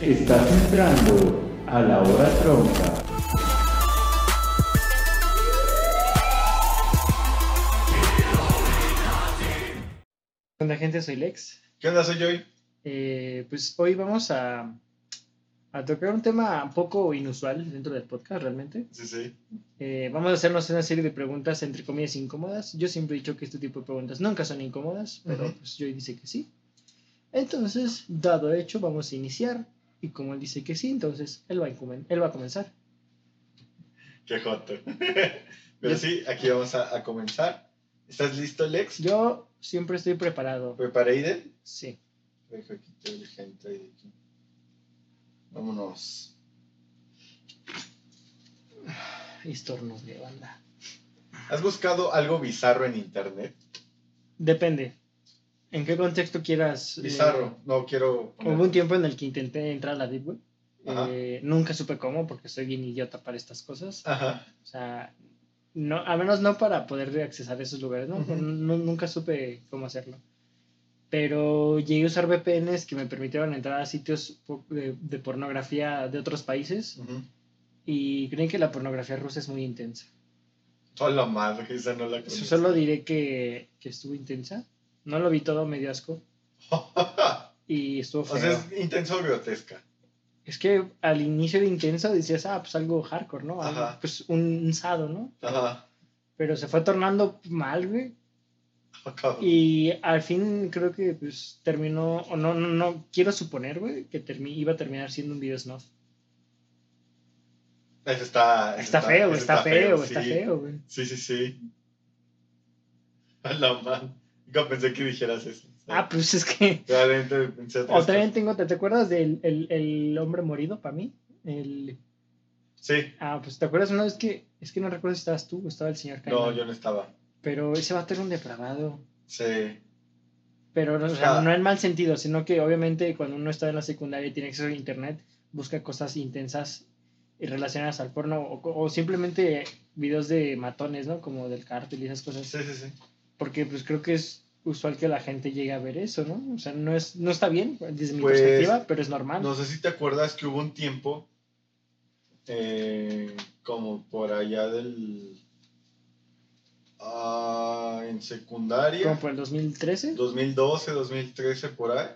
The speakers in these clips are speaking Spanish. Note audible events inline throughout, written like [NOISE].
Estás entrando a la hora tronca. Hola gente, soy Lex. ¿Qué onda, soy Joy? Eh, pues hoy vamos a, a tocar un tema un poco inusual dentro del podcast realmente. Sí, sí. Eh, vamos a hacernos una serie de preguntas entre comillas incómodas. Yo siempre he dicho que este tipo de preguntas nunca son incómodas, pero Ujú. pues Joy dice que sí. Entonces, dado hecho, vamos a iniciar. Y como él dice que sí, entonces él va a, comen- él va a comenzar. Qué joto. [LAUGHS] Pero Ya. sí, aquí vamos a, a comenzar. ¿Estás listo, Lex? Yo siempre estoy preparado. ¿Preparé Aiden? Sí. Dejo aquí todo el gente ahí de aquí. Vámonos. Estornos de banda. ¿Has buscado algo bizarro en internet? Depende. ¿En qué contexto quieras? eh, Bizarro. No quiero. poner- Hubo un tiempo en el que intenté entrar a la Deep Web. Ajá. Eh, nunca supe cómo, porque soy bien idiota para estas cosas. Ajá. O sea, no, a menos no para poder accesar a esos lugares, ¿no? Ujú. No- Nunca supe cómo hacerlo. Pero llegué a usar VPNs que me permitieron entrar a sitios po- de, de pornografía de otros países Ujú. y creen que la pornografía rusa es muy intensa. Toda la madre, esa no la conozco. Solo diré que, que estuvo intensa. No lo vi todo, me dio asco. [LAUGHS] o Y estuvo feo. sea, es intenso o grotesca. Es que al inicio de Intenso decías, ah, pues algo hardcore, ¿no? Algo, Ajá. Pues un, un sado, ¿no? Ajá. Pero se fue tornando mal, güey. Ah, cabrón. Y al fin creo que pues terminó, o no, no, no, quiero suponer, güey, que termi- iba a terminar siendo un video snuff. Ese está, ese Está, feo, ese está, feo, sí. está feo, güey. Sí, sí, sí. A la madre. Nunca pensé que dijeras eso. Ah, pues es [LAUGHS] que... Realmente pensé O otras también tengo, ¿te, te acuerdas del el, el hombre morido para mí? El, cosas. Sí, ah, pues te acuerdas, no, es que, es que no recuerdo si estabas tú o estaba el señor no, Caimán. yo no estaba. Pero ese va a tener un depravado. Sí, Pero o sea, Está- no en mal sentido, sino que obviamente cuando uno está en la secundaria y tiene acceso a internet, busca cosas intensas y relacionadas al porno o, co- o simplemente videos de matones, ¿no? Como del cártel y esas cosas. sí, sí, sí. Porque pues creo que es usual que la gente llegue a ver eso, ¿no? O sea, no, es, no está bien desde mi Pues, perspectiva, pero es normal. No sé si te acuerdas que hubo un tiempo, eh, como por allá del... ah, en Como secundaria, por el 2013. 2012, 2013, por ahí,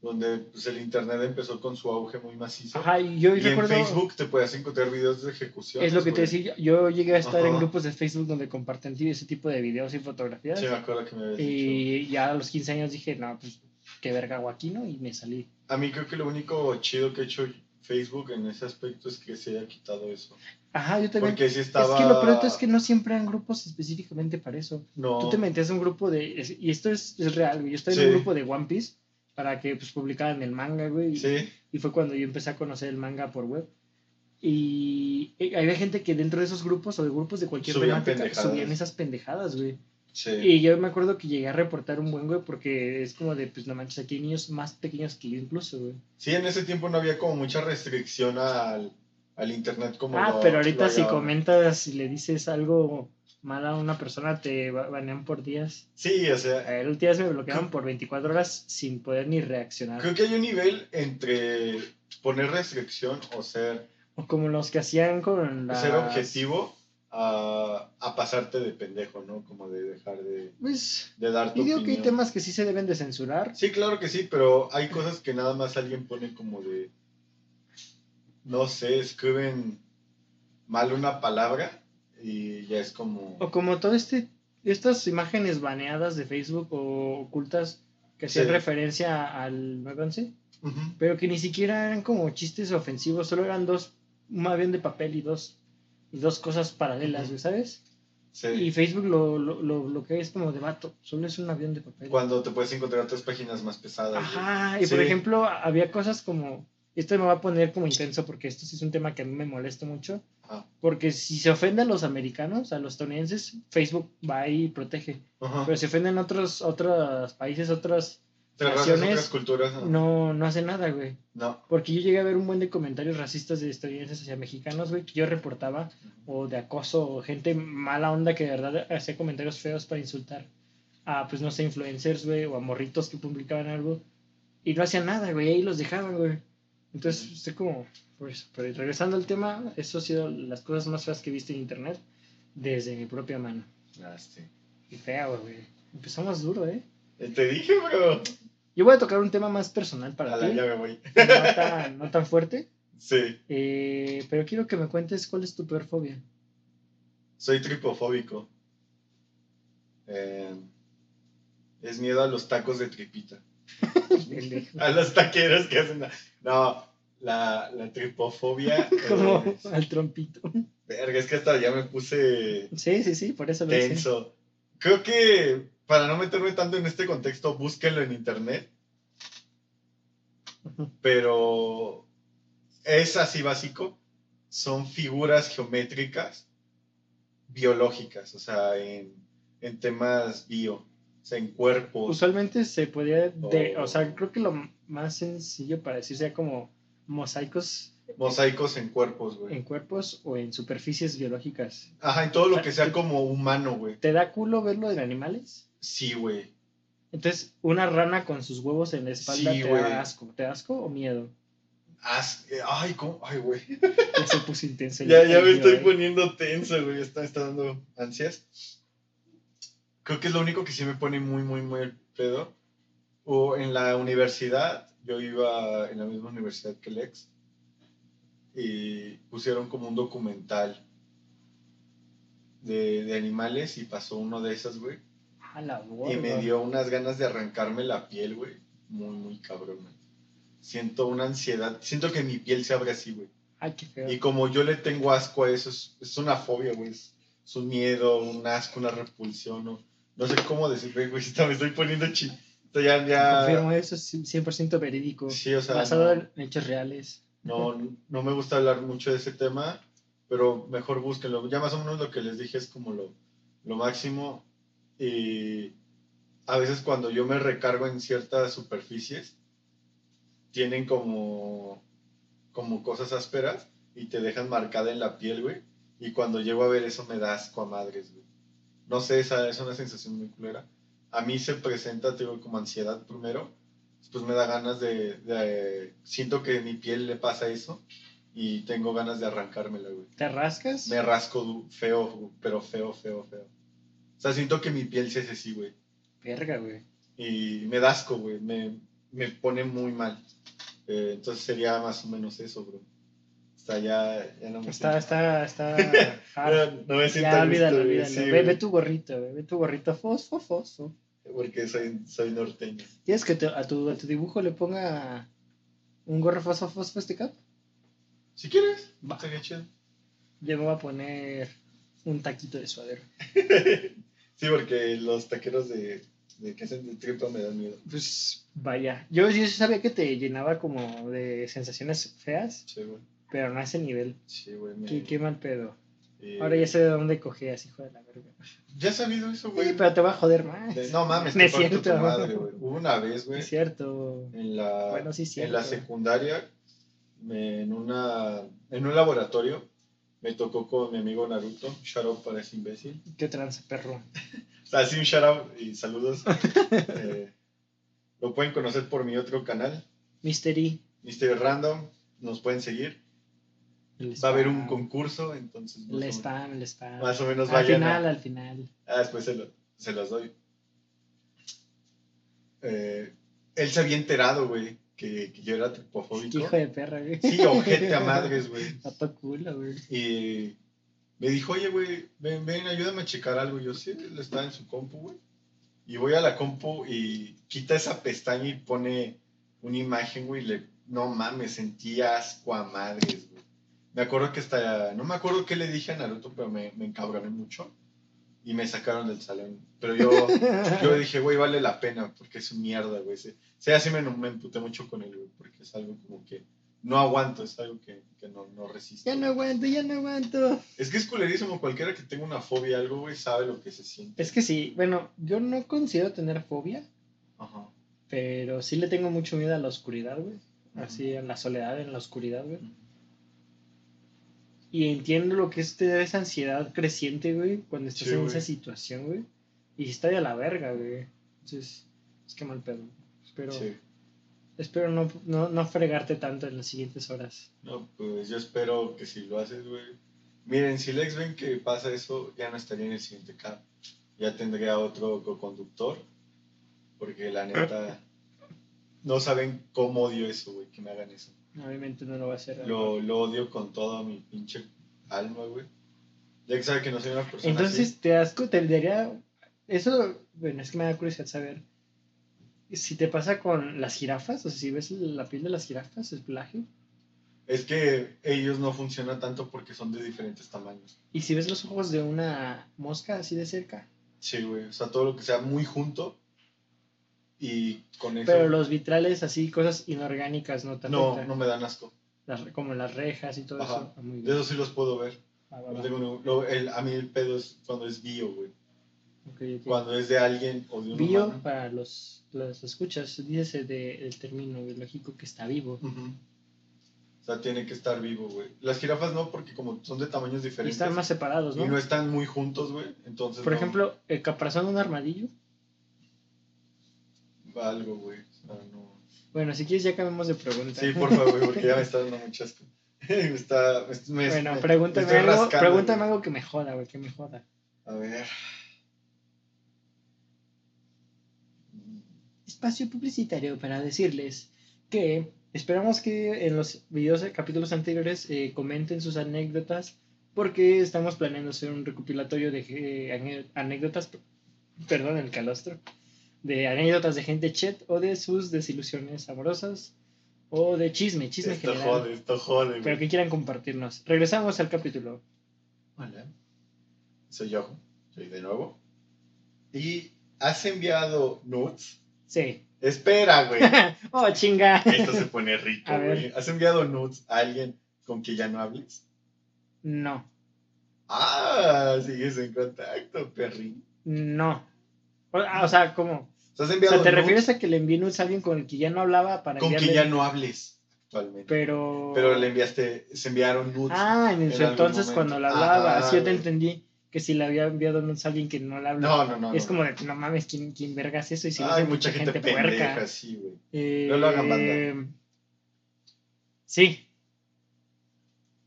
donde pues, el internet empezó con su auge muy macizo. Ajá, y yo y en recuerdo... Facebook te puedes encontrar videos de ejecución. Es lo que te decía, yo llegué a estar en Ajá. grupos de Facebook donde comparten ese tipo de videos y fotografías. Sí, me acuerdo que me habías dicho. Y ya a los 15 años dije, no, pues qué verga hago aquí, ¿no? Y me salí. A mí creo que lo único chido que ha hecho Facebook en ese aspecto es que se haya quitado eso. Ajá, yo también. Porque sí estaba... Es que lo pronto es que no siempre eran grupos específicamente para eso. No, Tú te metías a un grupo de. es- Y esto es, es real, güey. Yo estaba en Sí. un grupo de One Piece para que pues publicaran el manga, güey. y- Sí, Y fue cuando yo empecé a conocer el manga por web. Y eh, había gente que dentro de esos grupos o de grupos de cualquier Subían temática pues, pendejadas. subían esas pendejadas, güey. sí. Y yo me acuerdo que llegué a reportar un buen, güey, porque es como de, pues no manches, aquí hay niños más pequeños que yo incluso, güey. Sí, en ese tiempo no había como mucha restricción al, al internet como... Ah, lo- pero ahorita lo hay si ahora. comentas y le dices algo mal a una persona, te ba- banean por días. Sí, o sea, El último día me bloquearon por 24 horas sin poder ni reaccionar. creo que hay un nivel entre poner restricción o ser, O como los que hacían con la... ser Pues objetivo a, a pasarte de pendejo, ¿no? Como de dejar de, Pues, de dar tu y digo que hay opinión. temas que sí se deben de censurar. Sí, claro que sí, pero hay cosas que nada más alguien pone como de. No sé, escriben mal una palabra y ya es como. O como todo este... Estas imágenes baneadas de Facebook o ocultas que hacían Sí. referencia al 911, Ujú. pero que ni siquiera eran como chistes ofensivos, solo eran dos, un avión de papel y dos, y dos cosas paralelas, Ujú. ¿sabes? Sí. Y Facebook lo, lo, lo, lo que es como de vato, solo es un avión de papel. Cuando te puedes encontrar otras páginas más pesadas. Ajá, y por Sí. ejemplo, a- había cosas como, esto me va a poner como intenso porque esto sí es un tema que a mí me molesta mucho, Ajá. porque si se ofende a los americanos, a los estadounidenses, Facebook va y protege, Ajá. pero si ofenden a otros, otros países, otras, Te agarras naciones, otras culturas. No. no, no hace nada, güey. No. Porque yo llegué a ver un buen de comentarios racistas de estadounidenses hacia mexicanos, güey, que yo reportaba, o de acoso, o gente mala onda que de verdad hacía comentarios feos para insultar a, pues no sé, influencers, güey, o a morritos que publicaban algo, y no hacían nada, güey, ahí los dejaban, güey. Entonces, estoy como, pues, pero regresando al tema, eso ha sido las cosas más feas que he visto en internet desde mi propia mano. Ah, sí. Y fea, güey. Empezamos duro, ¿eh? Eh, Te dije, bro. Yo voy a tocar un tema más personal A para la ti, llave voy. no tan, no tan fuerte, Sí, eh, pero quiero que me cuentes cuál es tu peor fobia. soy tripofóbico. Eh, es miedo a los tacos de tripita. Pendejo. A los taqueros que hacen. la- No, la, la [LAUGHS] tripofobia. eh, [LAUGHS] Como al trompito. verga, es que hasta ya me puse Sí, sí, sí, por eso lo hice. tenso. Creo que para no meterme tanto en este contexto, búsquenlo en internet. Ujú. Pero es así básico. Son figuras geométricas biológicas, o sea, en, en temas bio, o sea, en cuerpos. Usualmente se podía, de, O- o sea, creo que lo más sencillo para decir sea como mosaicos mosaicos en cuerpos, güey. en cuerpos o en superficies biológicas. Ajá, en todo lo que sea como humano, güey. ¿Te da culo verlo en animales? Sí, güey. Entonces, una rana con sus huevos en la espalda Sí, te güey. da asco. ¿Te da asco o miedo? As- eh, Ay, ¿cómo? Ay, güey. Ya se puso intenso. el- Ya, ya el me video, estoy pues ¿eh? poniendo tenso, güey. Está, está dando ansias. Creo que es lo único que sí me pone muy, muy, muy el pedo. O en la universidad, yo iba en la misma universidad que Lex. Y pusieron como un documental de, de animales y pasó uno de esas, güey. A la borda. Y me dio unas ganas de arrancarme la piel, güey. Muy, muy cabrón, güey. Siento una ansiedad. Siento que mi piel se abre así, güey. Ay, qué feo. Y como yo le tengo asco a eso, es, es una fobia, güey. Es, es un miedo, un asco, una repulsión. No, no sé cómo decirlo, güey. [LAUGHS] Está- me estoy poniendo chi. Esto ya, ya. Confirmo eso, es 100% verídico. Sí, o sea. basado No, en hechos reales. no, no me gusta hablar mucho de ese tema, pero mejor búsquenlo. Ya más o menos lo que les dije es como lo, lo máximo. Y a veces cuando yo me recargo en ciertas superficies, tienen como, como cosas ásperas y te dejan marcada en la piel, güey. Y cuando llego a ver eso me da asco a madres, güey. No sé, esa es una sensación muy culera. A mí se presenta, te digo, como ansiedad primero. Después pues, me da ganas de, de- Siento que mi piel le pasa eso y tengo ganas de arrancármela, güey. ¿Te rascas? Me rasco du- feo, güey, pero feo, feo, feo. O sea, siento que mi piel se hace así, güey. Verga, güey. Y me da asco, güey. Me, me pone muy mal. Eh, entonces sería más o menos eso, bro. O sea, ya, ya no me Está, siento- está, [LAUGHS] está. Ya hard. no me siento ya, a olvídalo, gusto, güey, olvídalo. sí, ve, güey, ve tu gorrito, güey. Ve tu gorrito fosfo, fosfo. Porque soy, soy norteño. ¿Quieres que te- a, tu, a tu dibujo le ponga un gorro fosfo, fosfo este cap? Si quieres, Va. estaría chido. [LAUGHS] Yo me voy a poner un taquito de suadero. Sí, porque los taqueros de, de que hacen de tripa me dan miedo. Pues vaya. Yo, yo sí sabía que te llenaba como de sensaciones feas, Sí, güey. pero no a ese nivel. Sí, güey. me- Qué, qué mal pedo. eh, Ahora ya sé de dónde cogeas, hijo de la verga. Ya he sabido eso, güey. Sí, pero te va a joder más. [LAUGHS] De- No mames, Me te parto tu siento. madre, güey. Hubo una vez, güey, Es cierto. en la, Bueno, sí, en cierto. la secundaria, me- en, una, en un laboratorio, me tocó con mi amigo Naruto, shout out para ese imbécil. Qué trance, perro. O sea, sí, un shout out [LAUGHS] y saludos. Eh, lo pueden conocer por mi otro canal, Mystery. Mr. Random, nos pueden seguir. Va a haber un concurso, entonces más, El o, men- spam, el spam. más o menos al vayan a- final, al final. Ah, después se, lo- se los doy. Eh, él se había enterado, güey, que, que yo era Qué tripofóbico. hijo de perra, güey. Sí, ojete a madres, güey. A tu culo, güey. Y me dijo, oye, güey, ven, ven, ayúdame a checar algo. Yo sí, él estaba en su compu, güey. Y voy a la compu y quita esa pestaña y pone una imagen, güey. y Le, no mames, sentí asco a madres, güey. Me acuerdo que hasta, no me acuerdo qué le dije a Naruto, pero me, me encabroné mucho. Y me sacaron del salón. [LAUGHS] Pero yo, yo dije, güey, vale la pena, porque es un mierda, güey. Sí, sí, así me, me emputé mucho con él, güey, porque es algo como que no aguanto, es algo que, que no, no resisto. Ya no aguanto, ya no aguanto. Es que es culerísimo, cualquiera que tenga una fobia, algo, güey, sabe lo que se siente. Es que sí, bueno, yo no considero tener fobia, Ajá. pero sí le tengo mucho miedo a la oscuridad, güey. Ujú. Así, en la soledad, en la oscuridad, güey. Y entiendo lo que es tener esa ansiedad creciente, güey, cuando estás Sí, en güey. esa situación, güey. Y está de la verga, güey. Entonces, es que mal pedo. Pero Sí. Espero no, no, no fregarte tanto en las siguientes horas. No, pues yo espero que si lo haces, güey. Miren, si Lex ven que pasa eso, ya no estaría en el siguiente cap. Ya tendría otro co-conductor. Porque la neta, no saben cómo odio eso, güey, que me hagan eso. Obviamente no lo va a hacer. Lo, lo odio con toda mi pinche alma, güey. Lex sabe que no soy una persona Entonces, así. te asco, te daría. Eso, bueno, es que me da curiosidad saber. Si te pasa con las jirafas, o sea, si ves la piel de las jirafas, es plagio. Es que ellos no funcionan tanto porque son de diferentes tamaños. Y si ves los ojos de una mosca así de cerca. Sí, güey. O sea, todo lo que sea muy junto. Y con eso. Pero los vitrales así, cosas inorgánicas, no tan no, no me dan asco. Como las rejas y todo Ajá. eso. Ah, muy De bien. eso sí los puedo ver. Ah, va, No va. tengo ningún- lo- el- a mí el pedo es cuando es bio, güey. Ok, ok. Cuando es de alguien o de un Bio, humano. para los, los escuchas, dícese de- del término biológico que está vivo. Ujú. O sea, tiene que estar vivo, güey. Las jirafas no, porque como son de tamaños Y diferentes. están más separados, y ¿no? no están muy juntos, güey. Entonces. Por no- ejemplo, el caparazón de un armadillo. Algo, güey. O sea, no. Bueno, si quieres ya cambiamos de pregunta. [LAUGHS] Sí, por favor, güey, porque ya me está dando mucho asco. [LAUGHS] me está. me- bueno, me- pregúntame, me pues, estoy algo, rascando, pregúntame güey. algo que me joda, güey, que me joda. A ver. Espacio publicitario para decirles que esperamos que en los videos, eh, capítulos anteriores, eh, comenten sus anécdotas porque estamos planeando hacer un recopilatorio de eh, ane- anécdotas, perdón, el calostro, de anécdotas de gente chet o de sus desilusiones amorosas o de chisme, chisme Esto general, jode, esto jode, pero güey. que quieran compartirnos. Regresamos al capítulo. Hola. Soy yo, soy de nuevo. Y has enviado nudes. Sí. Espera, [LAUGHS] güey. Oh, chinga. Esto se pone rico, A ver. güey. ¿Has enviado nudes a alguien con quien ya no hables? No, Ah, sigues en contacto, perrín. no. O, ah, o sea, ¿cómo? O sea, has O enviado sea, ¿te nudes refieres a que le envié nudes a alguien con el que ya no hablaba para con quien enviarle- ya no hables actualmente. Pero... Pero le enviaste, se enviaron nudes. Ah, en su algún entonces momento. cuando la hablaba, Ah, así yo te güey. entendí que si le había enviado nudes a alguien que no le hablaba. no, no, no. es no. como de, no mames, ¿quién, quién vergas eso? Y si lo Ay, hace mucha gente, pendeja, sí, güey. Eh, No lo hagan, banda. Sí.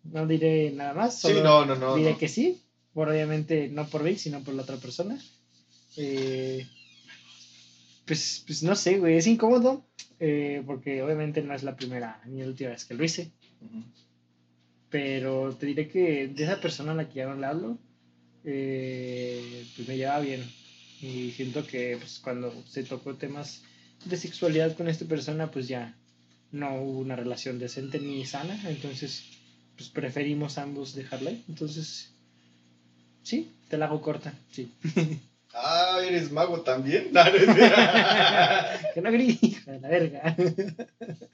No diré nada más. Sí, solo- no, no, no. diré no. que sí, por obviamente no por Vic, sino por la otra persona. Eh, pues, pues no sé, güey, es incómodo, eh, porque obviamente no es la primera ni la última vez que lo hice, Ujú. pero te diré que de esa persona a la que ya no le hablo, eh, pues me lleva bien. Y siento que pues, cuando se tocó temas de sexualidad con esta persona, pues ya no hubo una relación decente ni sana, entonces pues preferimos ambos dejarla ahí. Entonces, sí, te la hago corta, sí. [LAUGHS] Ah, eres mago también. [LAUGHS] No, no es [LAUGHS] cierto. Que no grita, hija de la verga. [LAUGHS]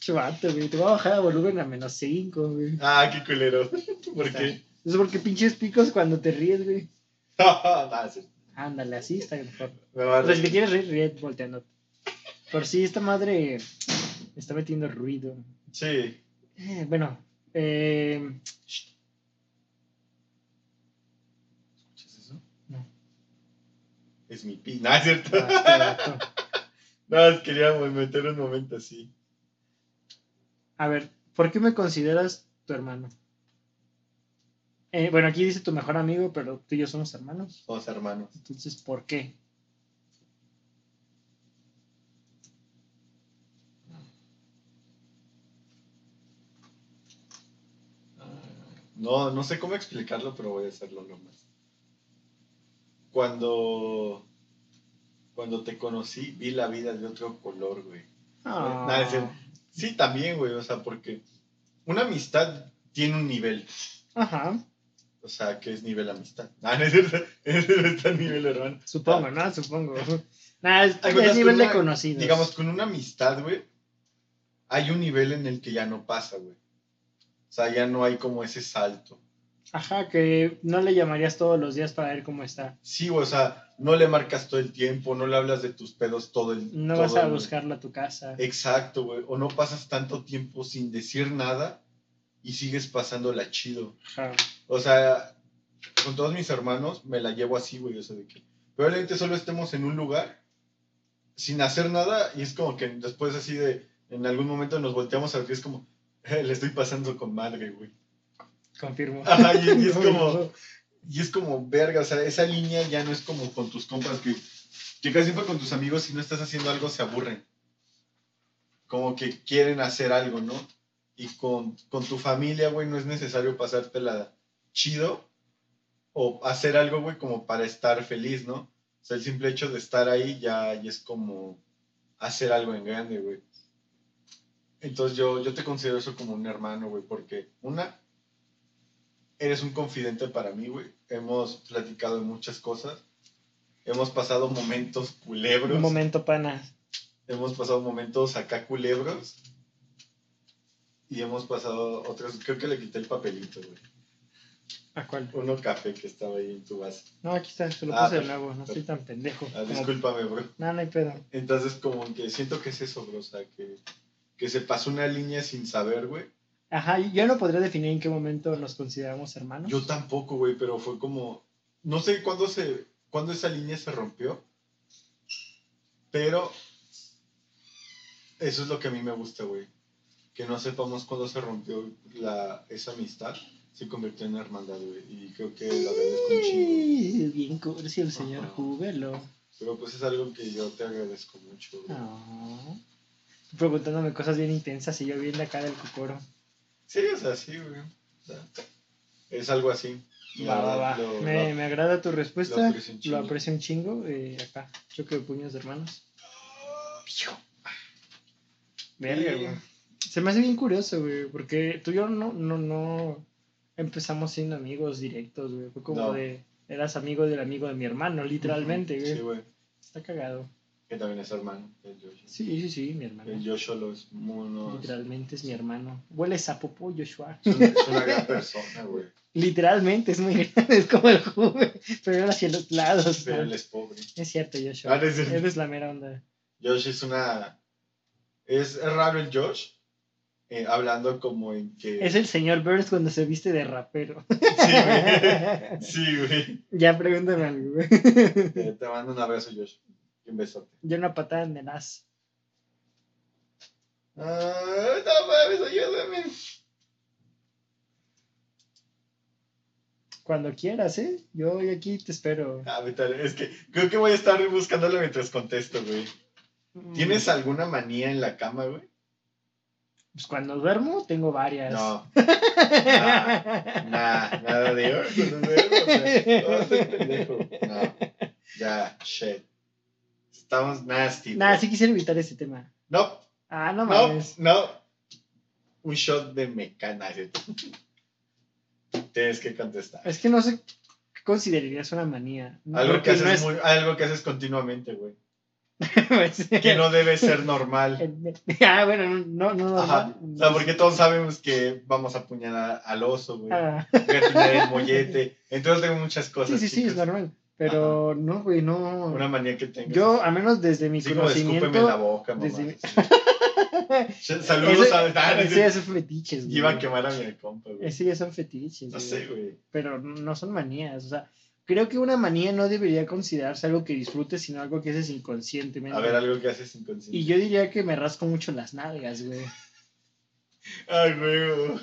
Chubato, güey, te voy a bajar a volumen a menos 5, güey. ah, qué culero. [LAUGHS] ¿Por qué? Es pues, porque pinches picos cuando te ríes, güey. [LAUGHS] No, sí, Pues, Ándale, así está mejor. me va a O sea, si te reír. quieres reír, ríe volteando. Por si esta madre está metiendo ruido. Sí. Eh, bueno, eh, ¿Escuchas eso? No. Es mi pi. No, es cierto. [LAUGHS] ah, este vato. No, queríamos meter un momento así. a ver, ¿por qué me consideras tu hermano? Eh, bueno, aquí dice tu mejor amigo, pero tú y yo somos hermanos. Somos hermanos. Entonces, ¿por qué? No, no sé cómo explicarlo, pero voy a hacerlo lo más. Cuando. Cuando te conocí, vi la vida de otro color, güey. Ah, Nada, es el- Sí, también, güey. O sea, porque una amistad tiene un nivel. Ajá, O sea, que es nivel amistad. [LAUGHS] Ah, no es cierto. No está nivel hermano. supongo, ¿no? [LAUGHS] Supongo. Nada, es, Hay es cosas que nivel de una- conocidos. Digamos, con una amistad, güey, hay un nivel en el que ya no pasa, güey. O sea, ya no hay como ese salto. Ajá, que no le llamarías todos los días para ver cómo está. Sí, güey, o sea, no le marcas todo el tiempo, no le hablas de tus pedos todo el No todo vas a el- buscarlo a tu casa. Exacto, güey. O no pasas tanto tiempo sin decir nada y sigues pasándola chido. Ajá. O sea, con todos mis hermanos me la llevo así, güey. O sea, de que probablemente solo estemos en un lugar, sin hacer nada y es como que después así de, en algún momento nos volteamos a ver y es como, "Eh, le estoy pasando con madre, güey. [LAUGHS] Confirmo. Ajá, Ah, y- y es como, Y es como, verga, o sea, esa línea ya no es como con tus compas, que, que casi siempre con tus amigos, si no estás haciendo algo, se aburren. Como que quieren hacer algo, ¿no? Y con, con tu familia, güey, no es necesario pasártela chido o hacer algo, güey, como para estar feliz, ¿no? O sea, el simple hecho de estar ahí ya, ya es como hacer algo en grande, güey. Entonces yo, yo te considero eso como un hermano, güey, porque una, eres un confidente para mí, güey. Hemos platicado de muchas cosas. Hemos pasado momentos culebros. Un momento, pana. Hemos pasado momentos acá culebros. Y hemos pasado otros. Creo que le quité el papelito, güey. ¿A cuál? Uno café que estaba ahí en tu vaso. No, aquí está, se lo Ah, puse de perfecto. nuevo. No estoy tan pendejo. Ah, Como- discúlpame, bro. No, no hay pedo. Entonces, como que siento que es eso, bro. O sea, que, que se pasó una línea sin saber, güey. Ajá, yo no podría definir en qué momento nos consideramos hermanos. Yo tampoco, güey, pero fue como. No sé cuándo se. cuándo esa línea se rompió. Pero. Eso es lo que a mí me gusta, güey. Que no sepamos cuándo se rompió la, esa amistad. Se convirtió en hermandad, güey. Y creo que lo agradezco un chingo. Sí, Bien cursi el señor Ajá. Júbelo. Pero pues es algo que yo te agradezco mucho, güey. Ah. No. Tú Preguntándome cosas bien intensas y yo viendo acá del cocoro. Sí, es así, güey. O sea, es algo así. La Va, va, verdad, va. lo- me, lo- me agrada tu lo respuesta. aprecio un chingo. Lo aprecio un chingo. eh, acá, choque de puños de hermanos. Verga, Y- güey. Se me hace bien curioso, güey, porque tú y yo no, no, no empezamos siendo amigos directos, güey. Fue como No. de, eras amigo del amigo de mi hermano, literalmente, güey. Sí, güey. Está cagado. Que también es hermano. el Joshua. Sí, sí, sí, mi hermano. El Joshua lo es muy- no, es- Literalmente es mi hermano. Huele sapopo, Joshua. Es una, [LAUGHS] es una gran persona, güey. Literalmente es muy [LAUGHS] grande, es como el joven, pero era hacia los lados. Pero ¿no? él es pobre. Es cierto, Ah, Joshua. no es cierto. Eres la mera onda. Josh es una. Es, es raro el Josh. eh, hablando como en que. Es el señor Burns cuando se viste de [LAUGHS] rapero. Sí, güey. [LAUGHS] Sí, güey. ya pregúntame algo, güey. Eh, Te mando un abrazo, Josh. Y un besote. Yo una patada en el as. Ah, no mames, ayúdame. Cuando quieras, ¿eh? Yo hoy aquí te espero. Ah, Vital, es que creo que voy a estar buscándolo mientras contesto, güey. ¿Tienes alguna manía en la cama, güey? Pues cuando duermo tengo varias. [LAUGHS] No. ah. Nah, nah, nada de oro. No, no soy pendejo. No. Ya, shit. Estamos nasty. Nada, güey. sí quisiera evitar ese tema. No, Ah, no no, mames. no. Un shot de mecana. ¿cierto? Tienes que contestar. Es que no sé qué considerarías una manía. Algo que, Porque haces no es- muy- algo que haces [LAUGHS] continuamente, güey. pues, Que no debe ser normal. el- [LAUGHS] Ah, bueno, no, [LAUGHS] no, no. Ajá. no. O sea, porque todos sabemos que vamos a apuñalar al oso, güey. Ah, Voy a apuñalar [LAUGHS] el mollete. Entonces tengo muchas sí, cosas. sí, sí, es chicos. normal. Pero no, güey, no. Una manía que tengo. Yo, a menos desde mi Sí, como escúpeme conocimiento. la boca, mamá. desde- Sí. Saludos ese- a [LAUGHS] Dani. Ese ya son fetiches, güey. Iba a quemar a mi compa, güey. Ese ya son fetiches. No güey. sé, güey. Pero no son manías. O sea, creo que una manía no debería considerarse algo que disfrutes, sino algo que haces inconscientemente. A ver, algo que haces inconsciente. y yo diría que me rasco mucho las nalgas, güey. Ay, güey. güey.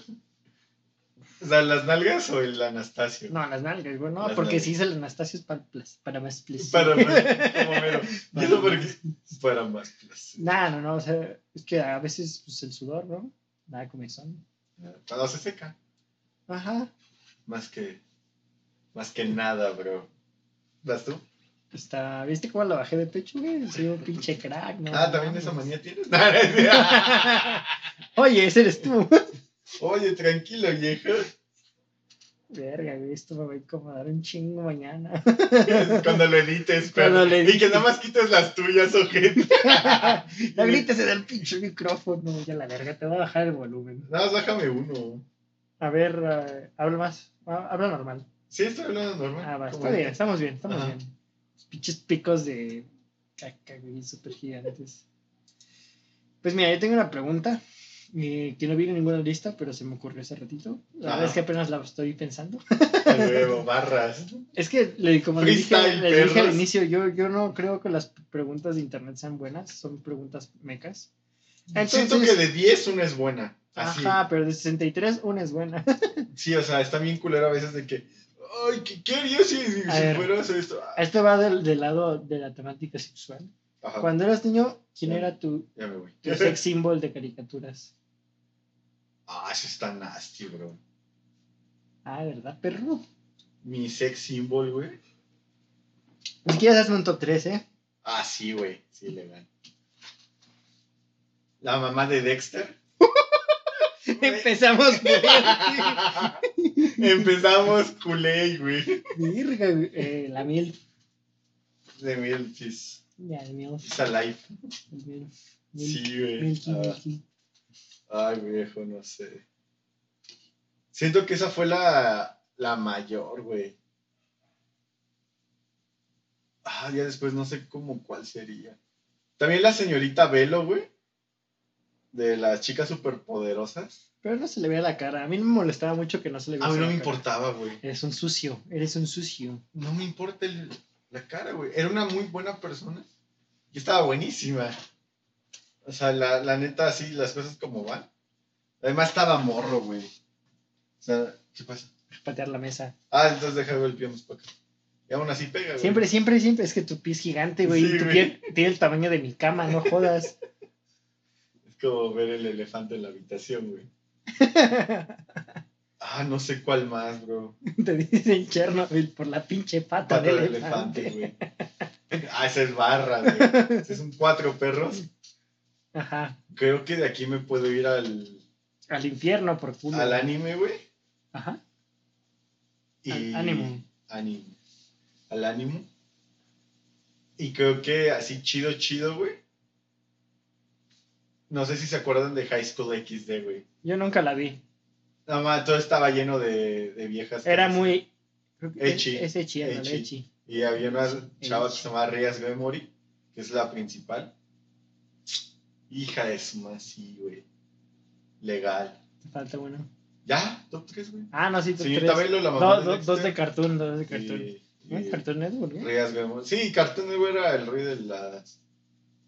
O sea, ¿las nalgas o el Anastasio? No, las nalgas, güey. No, Las porque nalgas. si hice el Anastasio es para, plas- para más placer. Para más, [LAUGHS] como mero. Y eso porque- Para más placer. Nah, no, no. O sea, es que a veces pues, el sudor, ¿no? Da comezón. Cuando se seca. Ajá. Más que. Más que nada, bro. ¿Vas tú? Está, ¿viste cómo la bajé de pecho, güey? Soy un pinche crack, ¿no? ah, ¿también mames. esa manía tienes? [LAUGHS] No, no es cierto. Oye, ese eres tú. Oye, tranquilo, viejo. Verga, güey, esto me va a incomodar un chingo [LAUGHS] mañana. [LAUGHS] Cuando lo edites, pero. Cuando lo Y que nada más quites las tuyas, ojete. No grites en el pinche micrófono, ya la verga, te va a bajar el volumen. Nada más bájame uno. A ver, eh, habla más, ha- habla normal. Sí, estoy hablando normal. Ah, va, Como está bien, estamos bien, estamos Ajá. bien. Pinches picos de caca, güey, súper gigantes. Pues mira, yo tengo una pregunta eh, que no vi en ninguna lista, pero se me ocurrió hace ratito. La Ajá. verdad es que apenas la estoy pensando. A huevo, barras. Es que, le- como les dije, Freestyle, les dije al perros. inicio, yo, yo no creo que las preguntas de internet sean buenas, son preguntas mecas. Siento Entonces, que de 10 una es buena. Así. ajá, pero de 63 una es buena. [LAUGHS] Sí, o sea, está bien culero a veces de que, ay, ¿qué, qué harías si, si A ver. fueras esto? Ah, Esto va del, del lado de la temática sexual. Ajá, Cuando eras niño, ¿quién Sí. era tu, ya me voy. tu [LAUGHS] sex symbol de caricaturas? Ah, eso está nasty, bro. Ah, ¿verdad, perro? Mi sex symbol, güey. Ni siquiera hazme un top 3, [LAUGHS] ¿eh? Ah, sí, güey. Sí, legal. La mamá de Dexter. Empezamos bien. Empezamos culé, güey. [LAUGHS] Virga, güey. Eh, la mil. De mil, she's, Ya, el mil. she's alive. El mil. Mil. Sí, güey. Milky, Ah. milky. Ay, viejo, no sé. Siento que esa fue la, la mayor, güey. Ah, ya después no sé cómo cuál sería. También la señorita Velo, güey. De las chicas superpoderosas. Pero no se le veía la cara. A mí no me molestaba mucho que no se le viera A mí no la me cara. importaba, güey. Eres un sucio, eres un sucio. No me importa el- la cara, güey. Era una muy buena persona. Y estaba buenísima. O sea, la, la neta, así, las cosas como van. Además estaba morro, güey. O sea, ¿qué pasa? Patear la mesa. Ah, entonces deja güey, el pie más para acá. Y aún así pega, güey. Siempre, siempre, siempre. Es que tu pie es gigante, güey. Sí, y tu güey. pie tiene el tamaño de mi cama, no [LAUGHS] jodas. Es como ver el elefante en la [LAUGHS] habitación, güey. Ah, no sé cuál más, bro. Te dicen Chernobyl por la pinche pata, Pata del de elefante. elefante, güey. Ah, esa es barra, güey. Ese es un cuatro perros. Ajá. Creo que de aquí me puedo ir al, Al infierno por culo. al anime, güey. Ajá. Y... Al ánimo. Anime. Al ánimo. Y creo que así chido, chido, güey. No sé si se acuerdan de High School XD, güey. Yo nunca la vi. Nada más, todo estaba lleno de, de viejas. Era caras. muy. creo que Echi. Es, es Echi, ándale, Echi. Echi. Y había una Ey. chava que se llamaba Rías Memory, que es la principal. Hija de su madre, sí, güey. Legal. Te falta uno. ¿Ya? ¿Top 3, güey? Ah, no, sí, tú Señorita tres. Velo, la mamá Dos, dos, dos de Dexter, cartoon, dos de cartoon. y- ¿No? y ¿Cartoon Network? eh? ¿no? Rías Memory. Sí, Cartoon Network era el rey de las...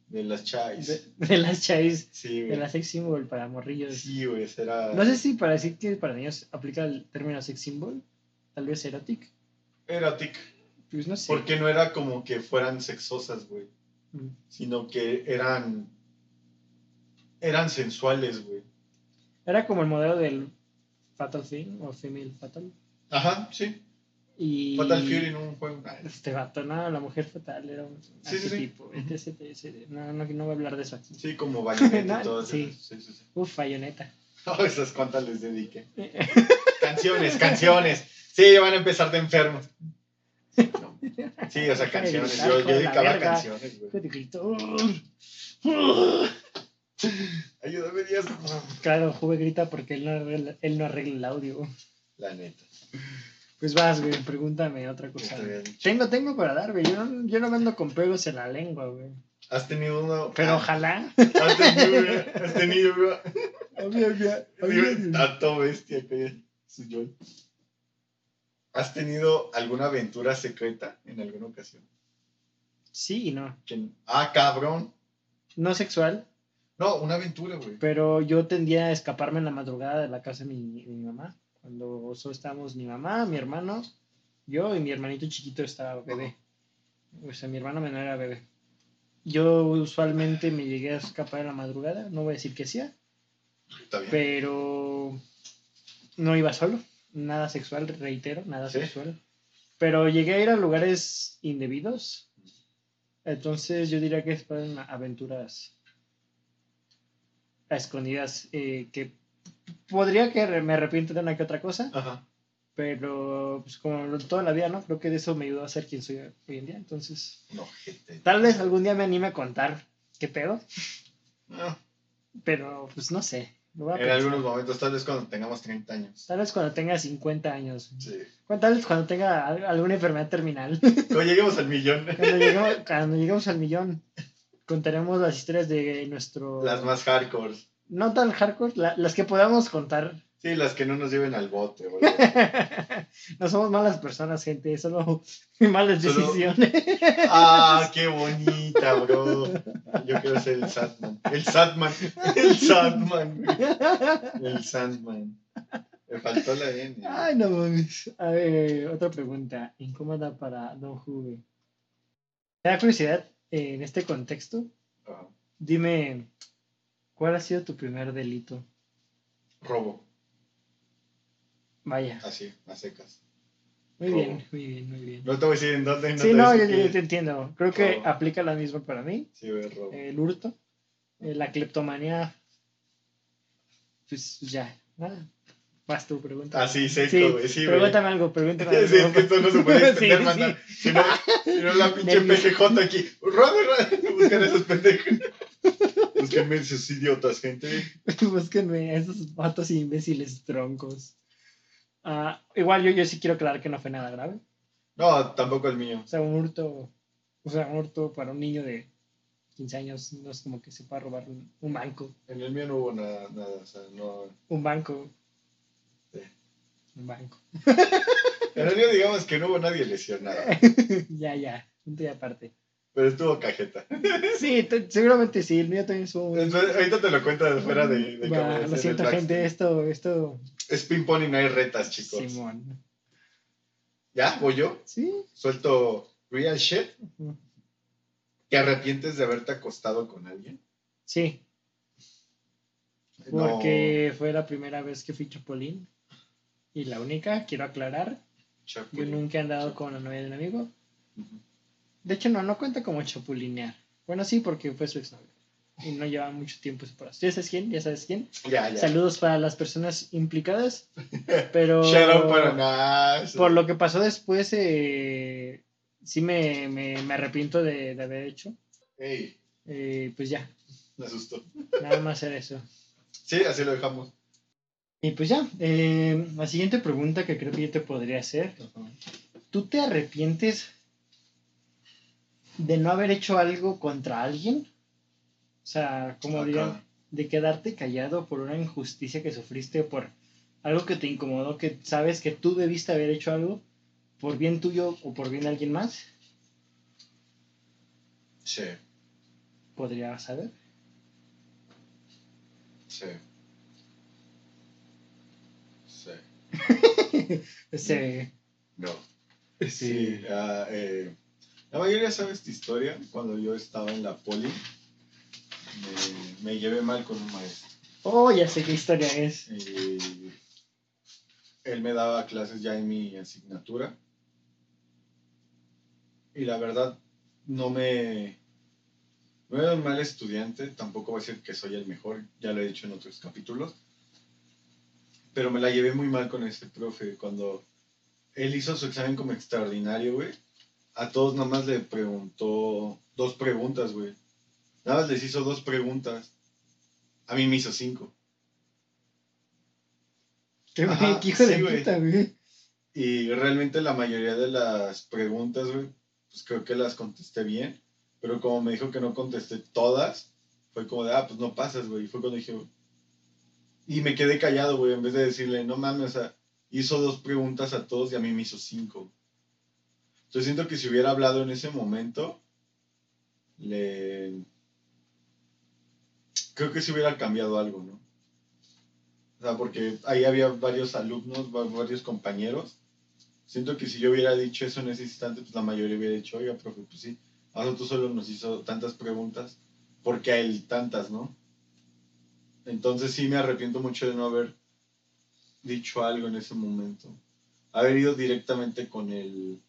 De las chais. De, de las chais, sí, de güey. las sex symbol para morrillos. Sí, güey, será... No sé si para decir que para niños aplica el término sex symbol, tal vez erotic. Era tic. Pues no sé. Porque no era como que fueran sexosas, güey. Mm. sino que eran eran sensuales, güey. Era como el modelo del Fatal Thing o Female Fatal. Ajá, sí. Y Fatal Fury en un juego. Este vato, no, la mujer fatal era un Sí, sí, sí. tipo. Ujú. No, no, no voy a hablar de eso aquí. [LAUGHS] Sí, como Bayonetta No, y todo eso. sí. Sí, sí, sí. [LAUGHS] Uf, bayoneta. Oh, esas cuantas [LAUGHS] les dediqué. Canciones, canciones. Sí, van a empezar de enfermos. No. Sí, o sea, canciones. Yo, yo dedicaba canciones, güey. Grito. Ayúdame, Dios. [LAUGHS] Claro, Juve grita porque él no, arregla, él no arregla el audio. La neta. Pues vas, güey, pregúntame otra cosa. güey. Tengo, tengo para dar, güey. Yo no, yo no ando con pelos en la lengua, güey. Has tenido uno. Pero [LAUGHS] ojalá. Has tenido, una- has tenido una- Yo Tanto bestia que su Joy. ¿Has tenido alguna aventura secreta en alguna ocasión? Sí y no. Que- Ah, cabrón. No sexual, No, una aventura, güey. pero yo tendía a escaparme en la madrugada de la casa de mi, de mi mamá. Cuando solo estábamos mi mamá, mi hermano, yo y mi hermanito chiquito estaba bebé. O sea, mi hermano menor era bebé. Yo usualmente me llegué a escapar en la madrugada, no voy a decir que hacía, Está bien. pero no iba solo, nada sexual, reitero, nada Sí. sexual. Pero llegué a ir a lugares indebidos, entonces yo diría que fueron aventuras a escondidas, eh, que podría que re- me arrepiento de una que otra cosa, Ajá. pero pues como toda la vida, ¿no? Creo que de eso me ayudó a ser quien soy hoy en día, entonces No, gente. tal vez algún día me anime a contar qué pedo, No, pero pues no sé. lo voy a en pensar. algunos momentos, tal vez cuando tengamos 30 años. Tal vez cuando tenga 50 años. Sí. Bueno, Tal vez cuando tenga al- alguna enfermedad terminal. [LAUGHS] Cuando lleguemos al millón, Cuando lleguemos, cuando lleguemos al millón, contaremos las historias de nuestro... las más hardcore. no tan hardcore, la- las que podamos contar. Sí, las que no nos lleven al bote, boludo. no somos malas personas, gente, solo [LAUGHS] malas Solo- decisiones. [LAUGHS] Ah, qué bonita, bro. Yo quiero ser el Satman. El Satman. El Satman. güey. El Sandman. Me faltó la N. Ay, no mames. A ver, otra pregunta incómoda para Don Juve. Me da curiosidad, eh, en este contexto, Ah, dime, ¿cuál ha sido tu primer delito? robo, Vaya, así, a secas. muy robo. bien, muy bien, muy bien. No te voy a decir en dónde. Sí, te no, voy a yo, decir yo que- te entiendo. Creo que Robo. aplica la misma para mí, Sí, güey, robo. el hurto, eh, la cleptomanía. Pues ya, nada. Vas tú, pregunta. Así, seco, Sí, güey. Sí, Ah, güey. [LAUGHS] pregúntame algo, pregúntame algo. Sí, es que esto no se puede [LAUGHS] Sí, extender, sí. manda. Si no, si [LAUGHS] no, la pinche Nervios. PGJ aquí. Robo, robo. Busquen a esos pendejos. Busquen esos idiotas, gente. [LAUGHS] Búsquenme a esos patos imbéciles troncos. Ah, igual yo, yo sí quiero aclarar que no fue nada grave. No, tampoco el mío. O sea, un hurto, o sea, un hurto para un niño de 15 años no es como que sepa robar un, un banco. En el mío no hubo nada, nada, o sea, no. Un banco. Sí. Un banco. [LAUGHS] En el mío digamos que no hubo nadie lesionado, ya, ya. Punto y [LAUGHS] aparte. pero estuvo cajeta. Sí, te- seguramente sí. El mío también es un. Entonces, ahorita te lo cuento fuera de, de Va, cámara, lo en siento, el backstage. gente. Esto, esto. Es ping pong y no hay retas, chicos. Simón. Ya, voy yo. Sí. Suelto real shit. Ujú. ¿Te arrepientes de haberte acostado con alguien? Sí, No. porque fue la primera vez que fui Chapulín. Y la única, quiero aclarar. Yo Chapulín. nunca he andado con la novia de un amigo. Ujú. De hecho, no, no cuenta como chapulinear. Bueno, sí, porque fue su exnovio. Y no lleva mucho tiempo separados. ¿Ya sabes quién? ¿Ya sabes quién? Ya, ya. Saludos para las personas implicadas. Pero [LAUGHS] Shout out para Nas. por lo que pasó después, eh, sí me, me- me arrepiento de, de haber hecho. Ey, Eh, pues ya, me asustó. nada más era eso. Sí, así lo dejamos. Y pues ya, eh, la siguiente pregunta que creo que yo te podría hacer ¿Tú te arrepientes de no haber hecho algo contra alguien? O sea, como Acá. dirían, de quedarte callado por una injusticia que sufriste, por algo que te incomodó, que sabes que tú debiste haber hecho algo por bien tuyo o por bien de alguien más, Sí, podría saber. sí. Sí. Este, No. Sí. Sí. ah, eh, la mayoría sabe esta historia. Cuando yo estaba en la poli, me, me llevé mal con un maestro. oh, ya sé qué historia es. Y él me daba clases ya en mi asignatura. Y la verdad, no me... No era un mal estudiante, tampoco voy a decir que soy el mejor, ya lo he dicho en otros capítulos. Pero me la llevé muy mal con este profe. Cuando él hizo su examen como extraordinario, güey, a todos nada más le preguntó dos preguntas, güey. Nada más les hizo dos preguntas. A mí me hizo cinco. Qué, güey, Ajá, qué [LAUGHS] hijo sí, de güey. puta, güey. Y realmente la mayoría de las preguntas, güey, pues creo que las contesté bien. Pero como me dijo que no contesté todas, fue como de, ah, pues no pasas, güey. Y fue cuando dije, y me quedé callado, güey, en vez de decirle, no mames, o sea, hizo dos preguntas a todos y a mí me hizo cinco. Entonces siento que si hubiera hablado en ese momento, le... Creo que si hubiera cambiado algo, ¿no? O sea, porque ahí había varios alumnos, va- varios compañeros. Siento que si yo hubiera dicho eso en ese instante, pues la mayoría hubiera dicho, oiga, profe, pues sí, a nosotros solo nos hizo tantas preguntas, porque a él tantas, ¿no? Entonces sí me arrepiento mucho de no haber dicho algo en ese momento. Haber ido directamente con el...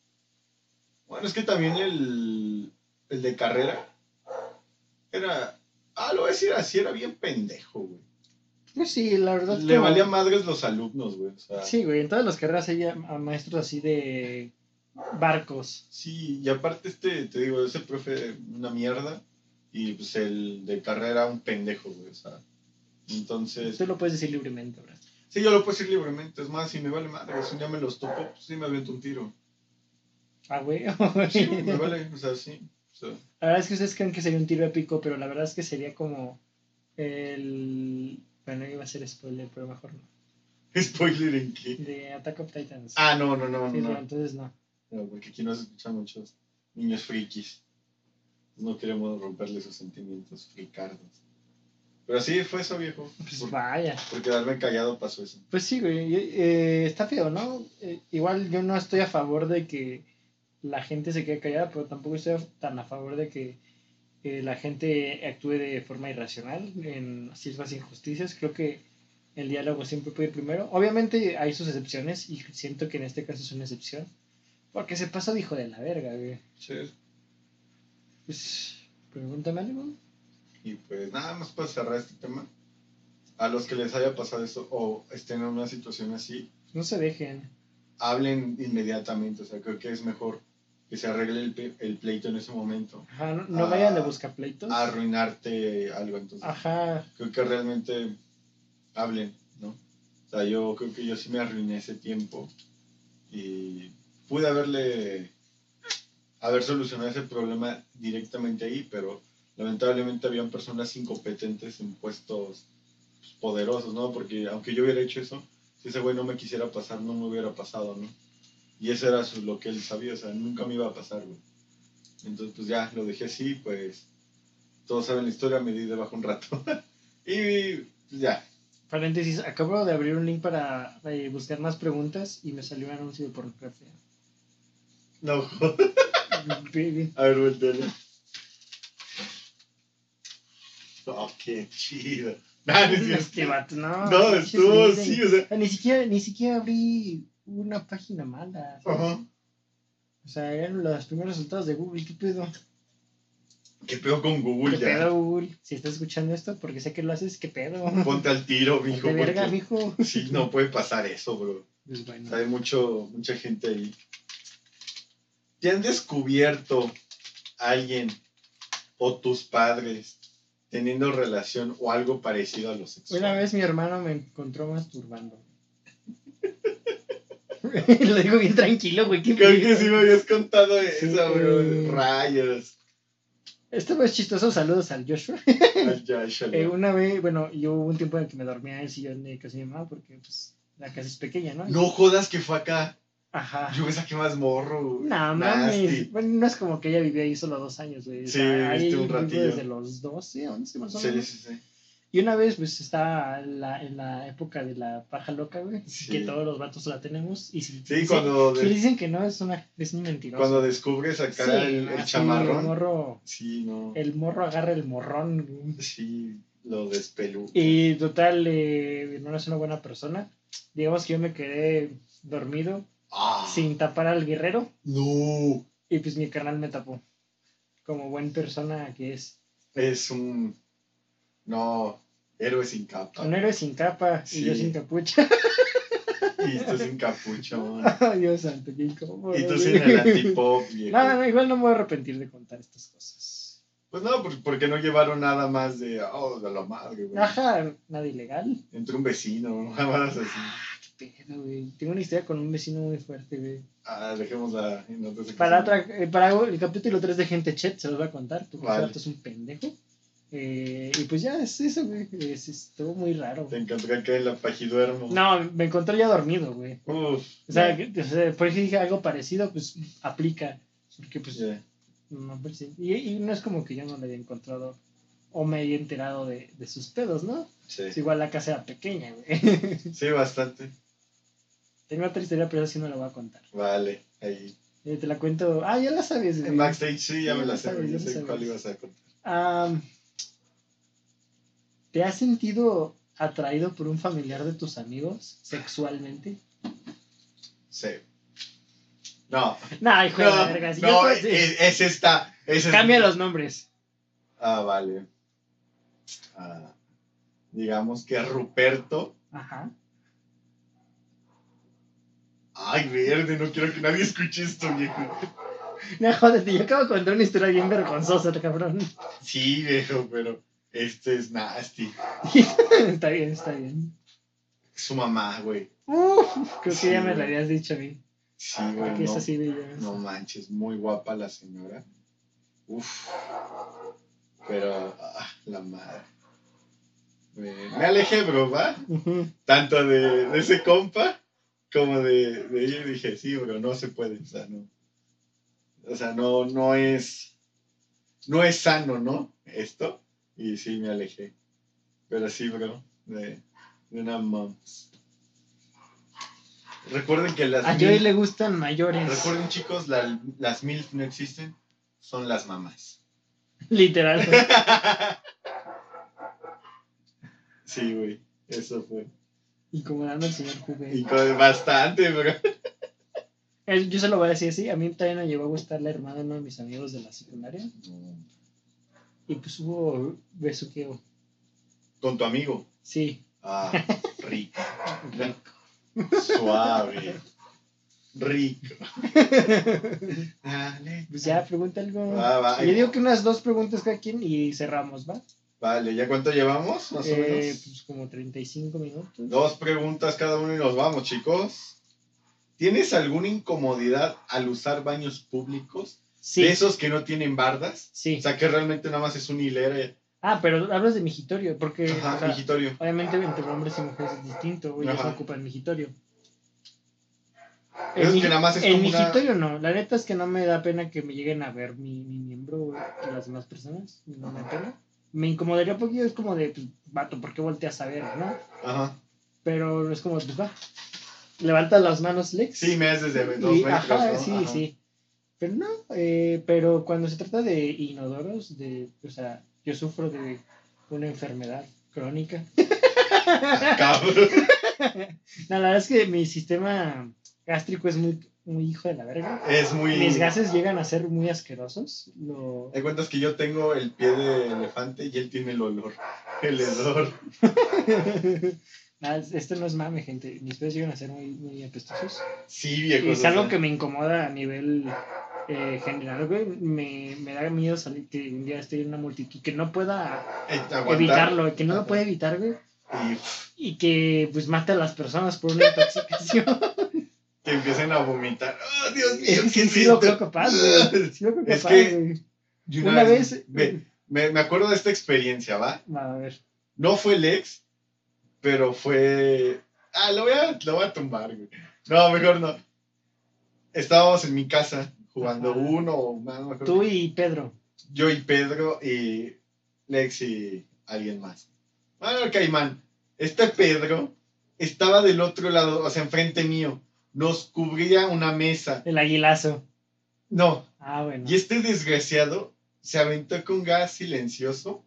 Bueno, es que también el, el de carrera era... Ah, lo voy a decir así, era bien pendejo, güey. Pues sí, la verdad. Le como- valía madres los alumnos, güey. O sea, sí. Sí, güey, en todas las carreras hay a- a maestros así de barcos. y aparte este, te digo, ese profe, una mierda. Y pues el de carrera, un pendejo, güey. O sea, entonces... Tú lo puedes decir libremente, ¿verdad? Sí, yo lo puedo decir libremente. Es más, si me vale madres, un día me los topo, pues sí me aviento un tiro. Ah, güey. [LAUGHS] Sí, güey, me vale, o sea, [LAUGHS] sí. o sea, La verdad es que ustedes creen que sería un tiro épico, pero la verdad es que sería como el... Bueno, iba a ser spoiler, pero mejor no. Spoiler en qué. De Attack of Titans. Ah, no, no, no, Sí, no, no. entonces no. No, Porque aquí nos escuchan muchos niños frikis. No queremos romperle sus sentimientos fricardos. Pero sí, fue eso, viejo. Pues Por, vaya. por quedarme callado pasó eso. Pues sí, güey. eh, está feo, ¿no? Eh, igual yo no estoy a favor de que la gente se quede callada, pero tampoco estoy a- tan a favor de que eh, la gente actúe de forma irracional en ciertas injusticias. Creo que el diálogo siempre puede primero. Obviamente hay sus excepciones y siento que en este caso es una excepción. Porque se pasó de hijo de la verga, güey. Pues, pregúntame algo. Y pues nada más para cerrar este tema. A los que les haya pasado eso o estén en una situación así, No se dejen. hablen inmediatamente. O sea, creo que es mejor que se arregle el, pe- el pleito en ese momento. Ajá, no, no Ah, vayan de buscapleitos. A arruinarte algo. Entonces, Ajá. creo que realmente hablen, ¿no? O sea, yo creo que yo sí me arruiné ese tiempo y pude haberle, haber solucionado ese problema directamente ahí, pero lamentablemente habían personas incompetentes en puestos pues, poderosos, ¿no? Porque aunque yo hubiera hecho eso, si ese güey no me quisiera pasar, no me hubiera pasado, ¿no? Y eso era su- lo que él sabía, o sea, nunca me iba a pasar, güey. Entonces, pues ya, lo dejé así, pues todos saben la historia, me di debajo un rato. y pues, ya, Paréntesis, acabo de abrir un link para eh, buscar más preguntas y me salió un anuncio de pornografía. no, [LAUGHS] Baby. a ver, volteale. Oh, qué chido. Nah, [LAUGHS] no, es cierto. Este vato, no. no, pinches estuvo, links de- sí, o sea. Ah, Ni siquiera, ni siquiera abrí una página mala. Ajá. O sea, eran los primeros resultados de Google. ¿Qué pedo? ¿Qué pedo con ¿Qué Google ya? pedo, Google? Si estás escuchando esto, porque sé que lo haces, ¿qué pedo? Ponte al tiro, [LAUGHS] De mijo. verga, porque mijo. Sí, no puede pasar eso, bro. Pues O bueno. sea, hay mucho, mucha gente ahí. ¿Te han descubierto alguien o tus padres teniendo relación o algo parecido a lo sexual? Una vez mi hermano me encontró masturbando. [LAUGHS] lo digo bien tranquilo, güey. ¿qué Creo que pedo? sí me habías contado Sí. eso, bro. Rayos. Esto es chistoso. Saludos al Joshua. Ay, ya, ya, Eh, ya. una vez, bueno, yo hubo un tiempo en el que me dormía en el sillón de casa de mi mamá porque pues, la casa es pequeña, ¿no? No jodas que fue acá. Ajá. Yo me saqué más morro. güey. No mames. Nasty. Bueno, no es como que ella vivió ahí solo dos años, güey. Sí, viviste un vivo ratillo. Desde los 12, 11 más o Sí, menos. sí, sí. Y una vez, pues, estaba la- en la época de la paja loca, güey. Sí. Que todos los vatos la tenemos. Y si, Sí, si- cuando, si de- le dicen que no, es, una, es un mentiroso. cuando descubres acá Sí, el, el así, El chamarrón. morro, Eh. Sí, no. el morro agarra el morrón, güey. Sí, lo despelú. Y total, eh, mi hermano es una buena persona. Digamos que yo me quedé dormido Ah, sin tapar al guerrero No. y pues mi canal me tapó. Como buena persona que es. Es un. No. Héroe sin capa. Un héroe sin capa y Sí. yo sin capucha. [LAUGHS] Y tú sin capuchón. Ay, Dios santo, qué incómodo. y tú güey. sin el antipop, viejo. No, no, igual no me voy a arrepentir de contar estas cosas. Pues no, por- porque no llevaron nada más de. Oh, de la madre, güey. Ajá, nada ilegal. Entre un vecino, [LAUGHS] jamás así. Qué pedo, güey. Tengo una historia con un vecino muy fuerte, güey. Ah, dejémosla en otra sección. Para, otra, eh, para el capítulo 3 de Gente Chet se los voy a contar, porque Vale. ese vato es un pendejo. Eh, y pues ya, es eso, güey. Es, estuvo muy raro. Te encontré acá en la pajiduermo. No, me encontré ya dormido, güey. Uf, O sea, ya, que- o sea, por eso dije algo parecido, pues aplica. Porque pues, ya. no, pues, sí. y, y no es como que yo no me haya encontrado o me haya enterado de, de sus pedos, ¿no? Sí. Es Sí. igual la casa era pequeña, güey. [LAUGHS] bastante. Tengo otra historia, pero esa sí no la voy a contar. Vale, ahí. Eh, te la cuento. Ah, ya la sabes, güey. En backstage sí, ya Sí, me la ya sé, sabes, yo ya sé sabes. cuál ibas a contar. Am, ¿Te has sentido atraído por un familiar de tus amigos sexualmente? Sí. No, Nah, hijo de la no, verga. si yo pues, no, puedo- es, es esta. Es esta. Cambia los nombres. Ah, vale. Ah, digamos que Ruperto. Ajá. Ay, verde, no quiero que nadie escuche esto, viejo. No, jódete, yo acabo de contar una historia bien vergonzosa, cabrón. [LAUGHS] Sí, viejo, pero este es nasty. está bien, está bien. Su mamá, güey. Uf, creo que Sí, ya me güey. lo habías dicho a mí. Sí, güey. Porque es no. así de ya. No manches, muy guapa la señora. Uf. Pero, ah, la madre. me, me alejé, bro, ¿va? Ujú. Tanto de, de ese compa como de, de ella. Y dije, sí, bro, no se puede. O sea, no. O sea, no, no es. No es sano, ¿no? Esto. Y sí, me alejé. Pero sí, bro, de, de una moms. Recuerden que las. A mil- Joey le gustan mayores. Recuerden, chicos, la- las MILF no existen, son las mamás. Literal. pues, Sí, güey, eso fue. Incomodando al señor Y Juve. con bastante, bro. Él- Yo se lo voy a decir así. A mí también me llegó a gustar la hermana de uno de mis amigos de la secundaria. Y pues hubo besuqueo. Con tu amigo. Sí. Ah, rico. Suave. Rico. Dale. Pues ya, pregunta algo. Va, va. Yo digo que unas dos preguntas cada quien y cerramos, ¿va? Vale, ¿ya cuánto llevamos? Más o Eh, menos. Pues como 35 minutos. Dos preguntas cada uno y nos vamos, chicos. ¿Tienes alguna incomodidad al usar baños públicos? Sí. De esos que no tienen bardas. Sí. O sea, que realmente nada más es una hilera. Ah, pero hablas de migitorio, porque Ajá, o sea, migitorio. obviamente entre hombres y mujeres es distinto, güey, ellos Ajá. ocupan migitorio. Pero es mi- que nada más es el como una- migitorio no, la neta es que no me da pena que me lleguen a ver mi, mi miembro güey, y las demás personas, no me da pena. Me incomodaría porque es como de, pues, vato, ¿por qué volteas a ver, no? Ajá. Pero no es como, pues, va, levanta las manos, Lex. Sí, me haces desde dos Y- metros, ajá, ¿no? sí, Ajá. sí. Pero no, eh, pero cuando se trata de inodoros, de, o sea, yo sufro de una enfermedad crónica. Cabrón. No, la verdad es que mi sistema gástrico es muy, muy hijo de la verga. Es muy... Mis gases llegan a ser muy asquerosos. [LAUGHS] Lo... Te cuentas que yo tengo el pie de elefante y él tiene el olor. El hedor. Nada, esto no es mame, gente. Mis pies llegan a ser muy, muy apestosos. Sí, Y viejo. es o sea, algo que me incomoda a nivel eh, general, güey. Me, me da miedo salir que un día esté en una multitud, que no pueda eh, aguantar. evitarlo, que no lo Ajá. puede evitar, güey. Y pff, Y que pues mate a las personas por una [LAUGHS] intoxicación. que empiecen a vomitar. ¡Oh, Dios mío! es que ¿qué sí, es sí lo esto? creo capaz, güey. Sí lo creo Es capaz, que- güey. Y Una vez. ve, me, me acuerdo de esta experiencia, ¿va? Va, a ver. No fue el ex, pero fue. Ah, lo voy a, lo voy a tumbar, güey. No, mejor no. Estábamos en mi casa jugando Ajá. uno o más, no me acuerdo. Tú y Pedro. Yo y Pedro y Lex y alguien más. Bueno, el Caimán. Este Pedro estaba del otro lado, o sea, enfrente mío. Nos cubría una mesa. El aguilazo. No, Ah, bueno. y este desgraciado se aventó con gas silencioso.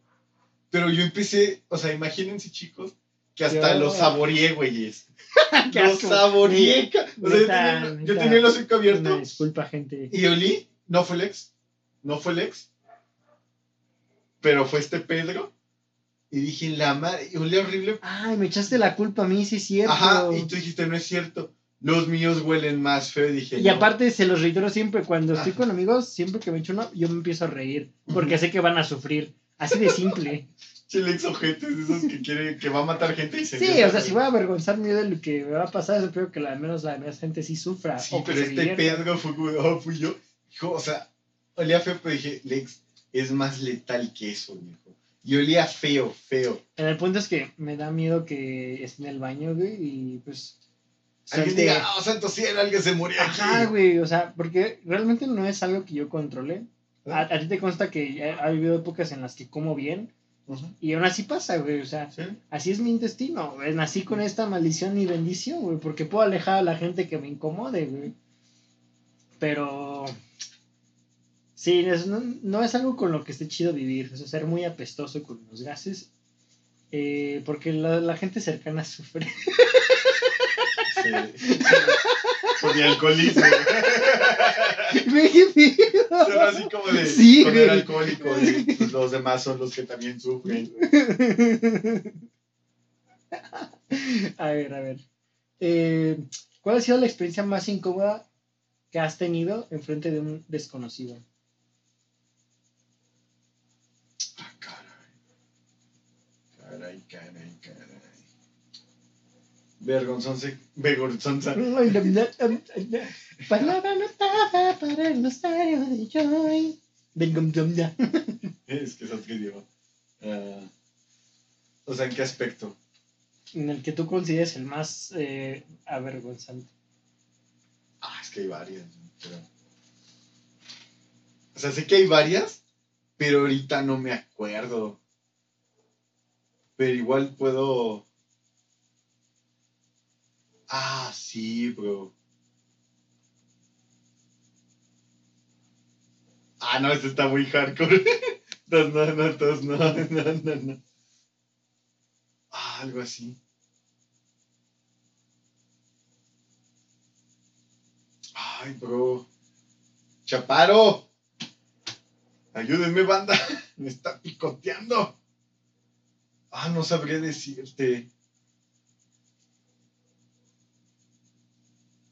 Pero yo empecé, o sea, imagínense, chicos, que hasta Yo- lo saboreé, güeyes. [LAUGHS] Qué Lo asco. saboreé. ca- O sea, yo Neta, tenía, yo neta. tenía el hocico Una abierto disculpa, gente. y olí. No fue Lex. No fue Lex. Pero fue este Pedro. Y dije, la madre, y olía horrible. Ay, me echaste la culpa a mí, sí es cierto. Ajá, y tú dijiste, no es cierto. Los míos huelen más feo. Y dije, Y "No". aparte se los reitero siempre, cuando estoy Ajá. con amigos, siempre que me echo uno, yo me empiezo a reír, porque sé que van a sufrir, así de [LAUGHS] simple. Chilex ojetes, esos que quiere, que va a matar gente y se Sí, empieza o a sea, reír. si voy a avergonzarme yo de lo que me va a pasar, yo creo que la menos la demás gente sí sufra. Sí, o que pero se este divierta. Pedro fue como, "Ah, fui yo. Dijo, o sea, olía feo, pero dije, Lex, es más letal que eso, viejo. Y olía feo, feo. En el punto es que me da miedo que esté en el baño, güey, y pues. Alguien suelte- diga, ah, oh, santo cielo, alguien se murió aquí. Ajá, güey, o sea, porque realmente no es algo que yo controle. A, a ti te consta que ha, ha habido épocas en las que como bien, Ujú, y aún así pasa, güey, o sea, ¿Sí? así es mi intestino, güey, nací con esta maldición y bendición, güey, porque puedo alejar a la gente que me incomode, güey. Pero. Sí, es- no, no es algo con lo que esté chido vivir, o sea, ser muy apestoso con los gases, eh, porque la, la gente cercana [LAUGHS] sufre. [LAUGHS] Sí. Por mi alcoholismo. Güey, qué feo. Son así como de Sí, con el güey. alcohólico. de, pues, los demás son los que también sufren. [LAUGHS] a ver, a ver. Eh, ¿Cuál ha sido la experiencia más incómoda que has tenido enfrente de un desconocido? Ah, Caray, caray, caray. caray. Vergonzonce, vergonzonza. Palabra anotada para el rosario de Joy. Ven, gum, gum, ya. Es que esas que lleva. Ah, O sea, ¿en qué aspecto? En el que tú consideres el más eh, avergonzante. Ah, es que hay varias. ¿no? Pero... O sea, sé que hay varias, pero ahorita no me acuerdo. Pero igual puedo. Ah, sí, bro. Ah, no, esto está muy hardcore. [LAUGHS] No, no, no, todos no, [LAUGHS] no, no, no. Ah, algo así. Ay, bro. Chaparro. Ayúdenme, banda. [LAUGHS] Me está picoteando. Ah, no sabría decirte.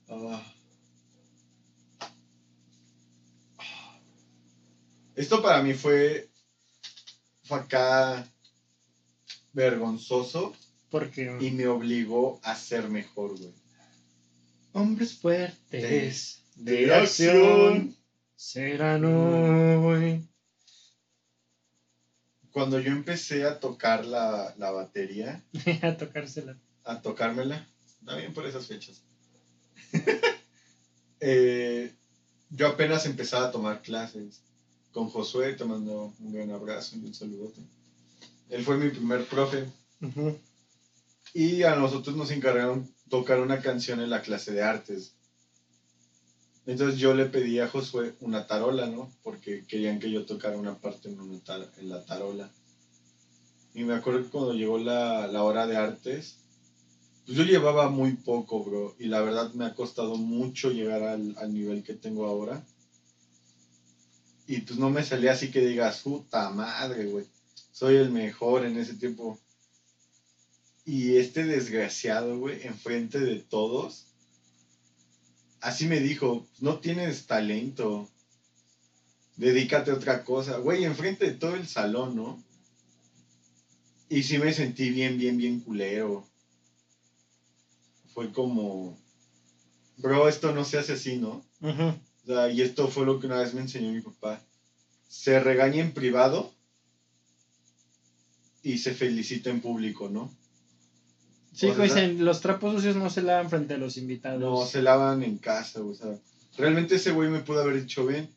Ah. Ah. Esto para mí fue, fue acá vergonzoso Porque y me obligó a ser mejor, güey. hombres fuertes De acción. serán hoy. [LAUGHS] Cuando yo empecé a tocar la, la batería, a tocársela. a tocármela, también por esas fechas. [LAUGHS] Eh, yo apenas empezaba a tomar clases con Josué, te mando un gran abrazo y un saludote. Él fue mi primer profe Ujú. y a nosotros nos encargaron tocar una canción en la clase de artes. Entonces yo le pedí a Josué una tarola, ¿no? Porque querían que yo tocara una parte en, una tar- en la tarola. Y me acuerdo que cuando llegó la, la hora de artes, pues yo llevaba muy poco, bro. Y la verdad me ha costado mucho llegar al, al nivel que tengo ahora. Y pues no me salía así que digas, puta madre, güey. Soy el mejor en ese tiempo. Y este desgraciado, güey, enfrente de todos, así me dijo, no tienes talento, dedícate a otra cosa, güey, enfrente de todo el salón, ¿no? Y sí me sentí bien, bien, bien culero. Fue como, bro, esto no se hace así, ¿no? Ujú. O sea, y esto fue lo que una vez me enseñó mi papá. Se regaña en privado y se felicita en público, ¿no? Sí, O sea, dicen, los trapos sucios no se lavan frente a los invitados. No, se lavan en casa, o sea. Realmente ese güey me pudo haber dicho, ven,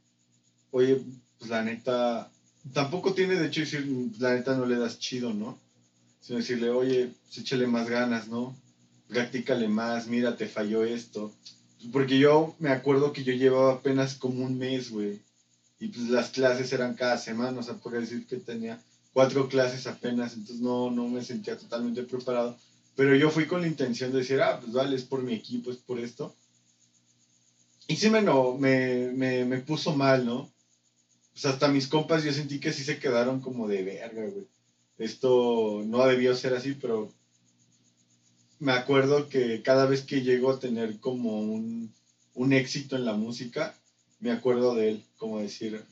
oye, pues la neta, tampoco tiene de hecho decir, la neta no le das chido, ¿no? Sino decirle, oye, pues échale más ganas, ¿no? Practícale más, mira, te falló esto. Porque yo me acuerdo que yo llevaba apenas como un mes, güey. Y pues las clases eran cada semana, o sea, podría decir que tenía cuatro clases apenas, entonces no, no me sentía totalmente preparado. Pero yo fui con la intención de decir, ah, pues vale, es por mi equipo, es por esto. Y sí me, no, me, me, me puso mal, ¿no? Pues hasta mis compas yo sentí que sí se quedaron como de verga, güey. Esto no debió ser así, pero me acuerdo que cada vez que llego a tener como un, un éxito en la música, me acuerdo de él, como decir,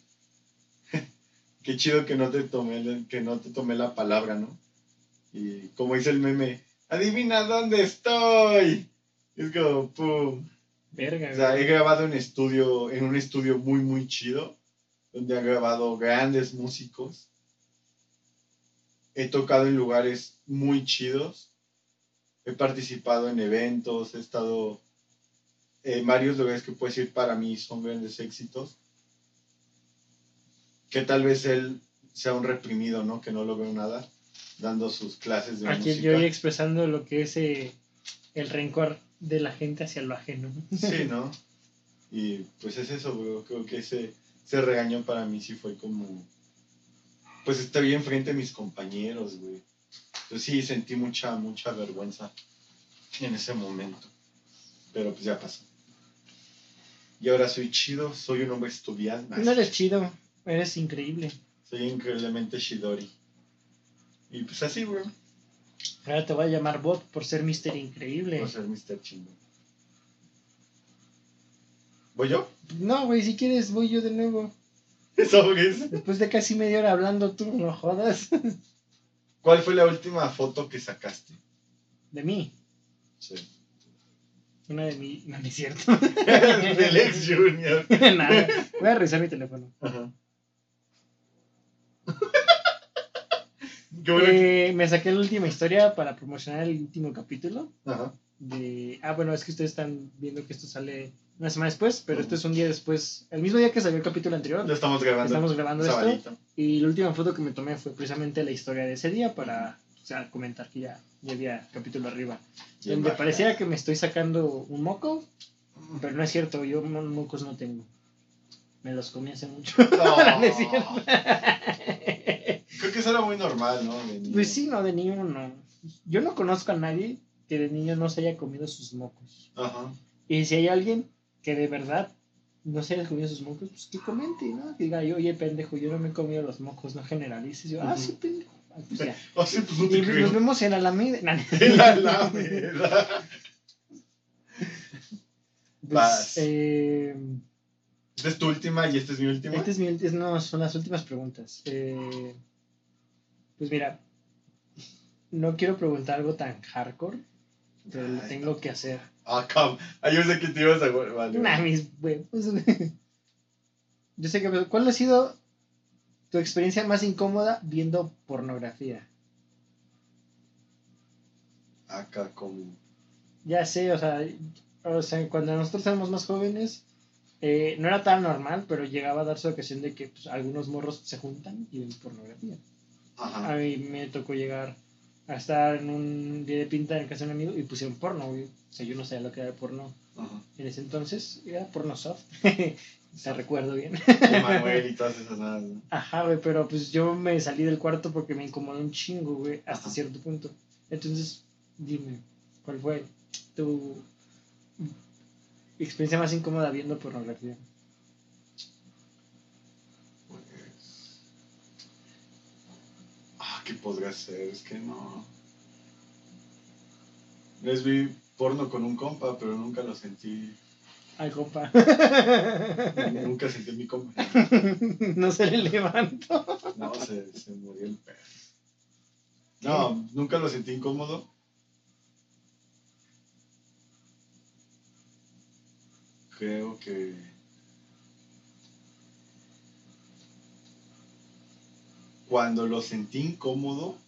[LAUGHS] qué chido que no te tomé, que no te tomé la palabra, ¿no? Y como dice el meme, adivina dónde estoy. Es como, pum. Verga, O sea, güey. he grabado en estudio, en un estudio muy, muy chido, donde han grabado grandes músicos. He tocado en lugares muy chidos. He participado en eventos, he estado en varios lugares que puedes ir para mí son grandes éxitos. Que tal vez él sea un reprimido, ¿no? Que no lo veo nada, dando sus clases de Aquí música. yo voy expresando lo que es eh, el rencor de la gente hacia lo ajeno. Sí, ¿no? Y pues es eso, bro. Creo que ese, ese regaño para mí sí fue como. Pues estoy bien frente a mis compañeros, güey. Yo sí sentí mucha, mucha vergüenza en ese momento. Pero pues ya pasó. Y ahora soy chido, soy un hombre estudiado. nah, No eres chido, eres increíble. Soy increíblemente Shidori. Y pues así, bro. Ahora te voy a llamar Bob por ser Mister Increíble. Por ser Mr. Chingo. ¿Voy yo? [LAUGHS] No, güey, si quieres voy yo de nuevo. ¿Sabes? Después de casi media hora hablando tú, no jodas. ¿Cuál fue la última foto que sacaste? De mí. Sí. [LAUGHS] Una de mí. No, no es cierto. [LAUGHS] Del ex Junior. Nada. Voy a revisar mi teléfono. Qué bueno que- Eh, me saqué la última historia para promocionar el último capítulo. Ajá. De... Ah, bueno, es que ustedes están viendo que esto sale una semana después, pero Ujú. esto es un día después, el mismo día que salió el capítulo anterior. Lo estamos grabando. Estamos grabando esto. sabadito. Y la última foto que me tomé fue precisamente la historia de ese día para o sea, comentar que ya, ya había capítulo arriba. Y donde va. parecía que me estoy sacando un moco, pero no es cierto, yo mo- mocos no tengo. Me los comí hace mucho. [LAUGHS] [LAUGHS] No es cierto. Creo que eso era muy normal, ¿no? De niño. [LAUGHS] Pues sí, no, de niño no. Yo no conozco a nadie que de niño no se haya comido sus mocos. Ajá. Y si hay alguien que de verdad no se haya comido sus mocos, pues que comente, ¿no? Que diga, oye, pendejo, yo no me he comido los mocos, no generalices. Yo, ah, Ujú. sí, pendejo. Ah, pues ya. O sea, pues no Y te pues nos creo. vemos en Alameda. [LAUGHS] Nah, nah. [LAUGHS] La Alameda. Pues, Vas. eh, Esta es tu última y esta es mi última. esta es mi ulti- es- no, son las últimas preguntas. Eh, pues mira, no quiero preguntar algo tan hardcore, pero lo Ay, tengo que hacer. Ah, cab- Ah, yo sé que te ibas a. Vale, vale. Nah, mis huevos. Yo sé que. ¿Cuál ha sido tu experiencia más incómoda viendo pornografía? Acá como. Ya sé, o sea, o sea, cuando nosotros éramos más jóvenes, eh, no era tan normal, pero llegaba a darse ocasión de que pues, algunos morros se juntan y ven pornografía. A Ajá. mí me tocó llegar a estar en un día de pinta en casa de un amigo y pusieron porno, güey. O sea, yo no sabía lo que era el porno Ajá. en ese entonces, era porno soft. [LAUGHS] Te recuerdo bien. Y Manuel y todas esas nada. ¿no? Ajá, güey, pero pues yo me salí del cuarto porque me incomodó un chingo, güey, hasta Ajá. cierto punto. Entonces, dime, ¿cuál fue tu experiencia más incómoda viendo pornografía? Pues- Ah, ¿qué podría ser? Es que no. Les vi porno con un compa, pero nunca lo sentí. Ay, compa, [LAUGHS] nunca sentí mi compa. no se le levanto. No, se, se murió el perro. No, nunca lo sentí incómodo. Creo que. Cuando lo sentí incómodo,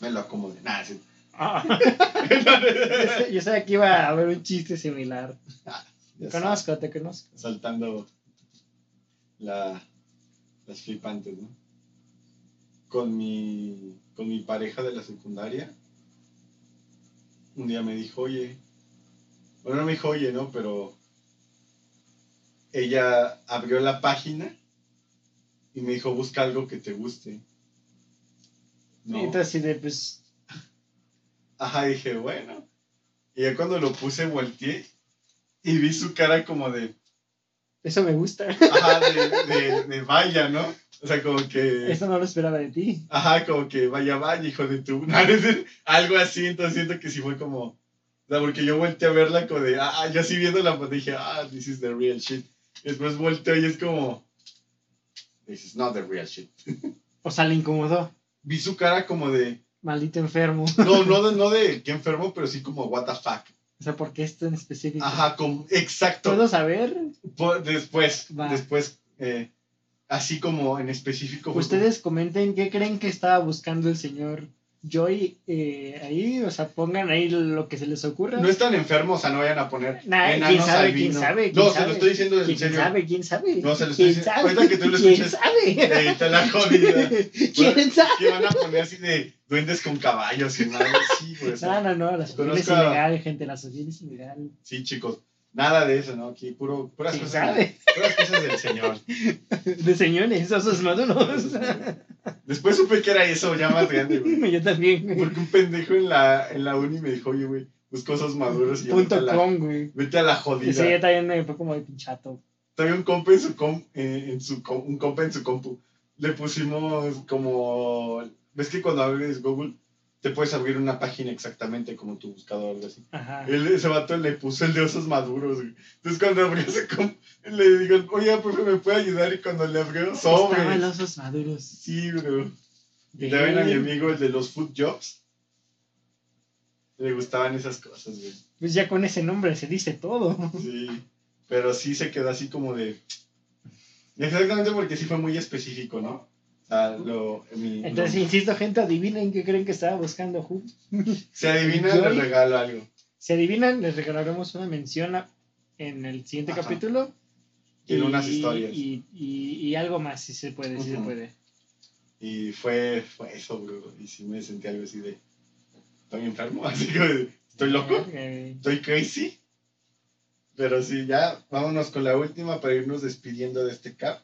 me lo acomodé. Nada, sí. [LAUGHS] Ah. Yo sé- [LAUGHS] Yo sabía que iba a haber un chiste similar. Te Ya conozco, te conozco. sabes, saltando la, las flipantes, ¿no? Con mi, con mi pareja de la secundaria, un día me dijo, oye, bueno, no me dijo, oye, ¿no? Pero ella abrió la página y me dijo, busca algo que te guste. Y Entonces, sí, de, pues, Ajá, dije, bueno. Y ya cuando lo puse, volteé y vi su cara como de, eso me gusta. Ajá, de, de, de vaya, ¿no? O sea, como que. [LAUGHS] Eso no lo esperaba de ti. Ajá, como que vaya, vaya, hijo de tu. [LAUGHS] no, es decir, Algo así, entonces siento que sí fue como. O sea, porque yo volteé a verla como de. Ah, ah, yo así viendo la foto dije, ah, this is the real shit. Y después volteo y es como. This is not the real shit. O sea, le incomodó. Vi su cara como de. Maldito enfermo. No, no de, no de que enfermo, pero sí como, what the fuck. O sea, ¿por qué esto en específico? Ajá, como, exacto. ¿Puedo saber? Por- después, Va. después, eh, así como en específico. fue como- Ustedes comenten qué creen que estaba buscando el señor Joy eh, ahí. O sea, pongan ahí lo que se les ocurra. No están enfermos, o sea, no vayan a poner Nah, ¿quién, enanos sabe, quién albinos. sabe, quién No, se sabe? lo estoy diciendo en ¿Quién serio. [LAUGHS] sabe? ¿Quién sabe? No, se lo estoy ¿Quién diciendo. Ahorita que tú lo ¿Quién escuches, [LAUGHS] sabe? eh, está la jodida. ¿Quién sabe? Que van a poner así de duendes con caballos y pues, nada así, güey. o No, sea, no, no, la sociedad es Conozco a- ilegal, gente, la sociedad es ilegal. Sí, chicos. Nada de eso, ¿no? Aquí puro, puras, ¿Quién cosas, sabe? puras cosas del señor. [LAUGHS] De señores, osos maduros. [LAUGHS] Después supe que era eso, ya más grande, güey. Yo también, güey. Porque un pendejo en la, en la uni me dijo, oye, güey, busco cosas maduros y yo, vete a Punto la, com, güey. vete a la Eso jodida. ya también me fue como de pinchato. Traía un compa en su, com- eh, en su com- un compa en su compu. Le pusimos como... ¿Ves que cuando abres Google te puedes abrir una página exactamente como tu buscador? algo así? Ajá. Él, ese vato le puso el de osos maduros. güey. Entonces cuando abrió su compu, le digo, oye, profe, ¿me puede ayudar? Y cuando le abrió, Estaban sobre. los osos maduros. Sí, bro. Y también a mi amigo, el de los food jobs. Le gustaban esas cosas, güey. Pues ya con ese nombre se dice todo. Sí, pero sí se quedó así como de. Exactamente porque sí fue muy específico, ¿no? Ah, lo- mi- Entonces, lo- insisto, gente, adivinen qué creen que estaba buscando Who. Si adivina, Yo- le regalo algo. Si adivinan, les regalaremos una mención a- en el siguiente Ajá. capítulo. Y en unas historias. Y, y- y algo más, si se puede, si se Ujú. puede. Y fue, fue eso, bro. Y sí me sentí algo así de. Estoy enfermo, [LAUGHS] así que. ¿Estoy loco? Eh, ¿Estoy crazy? Pero sí, ya vámonos con la última para irnos despidiendo de este cap.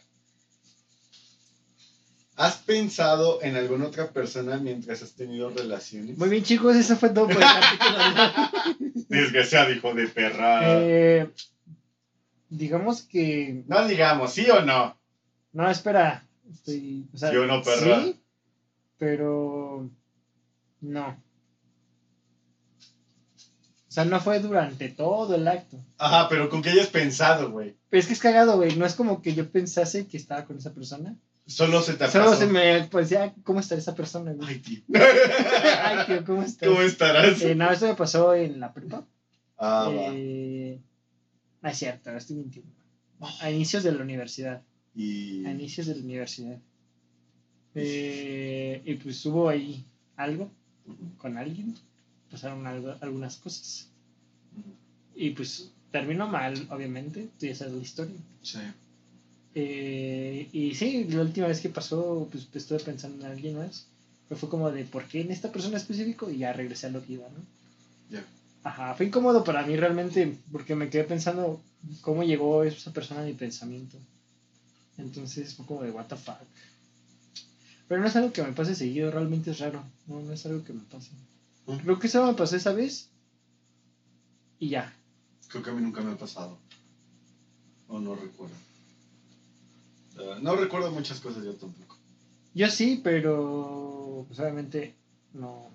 ¿Has pensado en alguna otra persona mientras has tenido relaciones? Muy bien, chicos, eso fue todo por el [LAUGHS] capítulo. de hoy. Desgraciado, hijo de perra. Eh, digamos que. No digamos, ¿sí o no? No, espera. Estoy, o sea, ¿Sí o no, perra? sí, pero. No. O sea, no fue durante todo el acto. Ajá, pero ¿con qué hayas pensado, güey? Pero es que es cagado, güey. No es como que yo pensase que estaba con esa persona. Solo se te Solo pasó. se me parecía, "Ah, ¿cómo estará esa persona, [LAUGHS] güey? Ay, tío. Ay, tío, ¿cómo estás? ¿Cómo estarás? Eh, no, eso me pasó en la prepa. Ah, va. Eh, no es cierto, estoy mintiendo. Oh. A inicios de la universidad. Y... A inicios de la universidad. Eh, y pues hubo ahí algo con alguien. Pasaron algo- algunas cosas. Y pues terminó mal, obviamente. Tú ya sabes la historia. Sí. Eh, y sí, la última vez que pasó, pues pues, estuve pensando en alguien más. Pero fue como de, ¿por qué en esta persona específico? Y ya regresé a lo que iba, ¿no? Ya. Ajá, fue incómodo para mí realmente, porque me quedé pensando cómo llegó esa persona a mi pensamiento. Entonces fue como de, ¿what the fuck? Pero no es algo que me pase seguido, realmente es raro. No, no es algo que me pase. Ujú. Creo que eso me pasó esa vez. Y ya. Creo que a mí nunca me ha pasado. O no recuerdo. Eh, no recuerdo muchas cosas yo tampoco. Yo sí, pero pues obviamente no,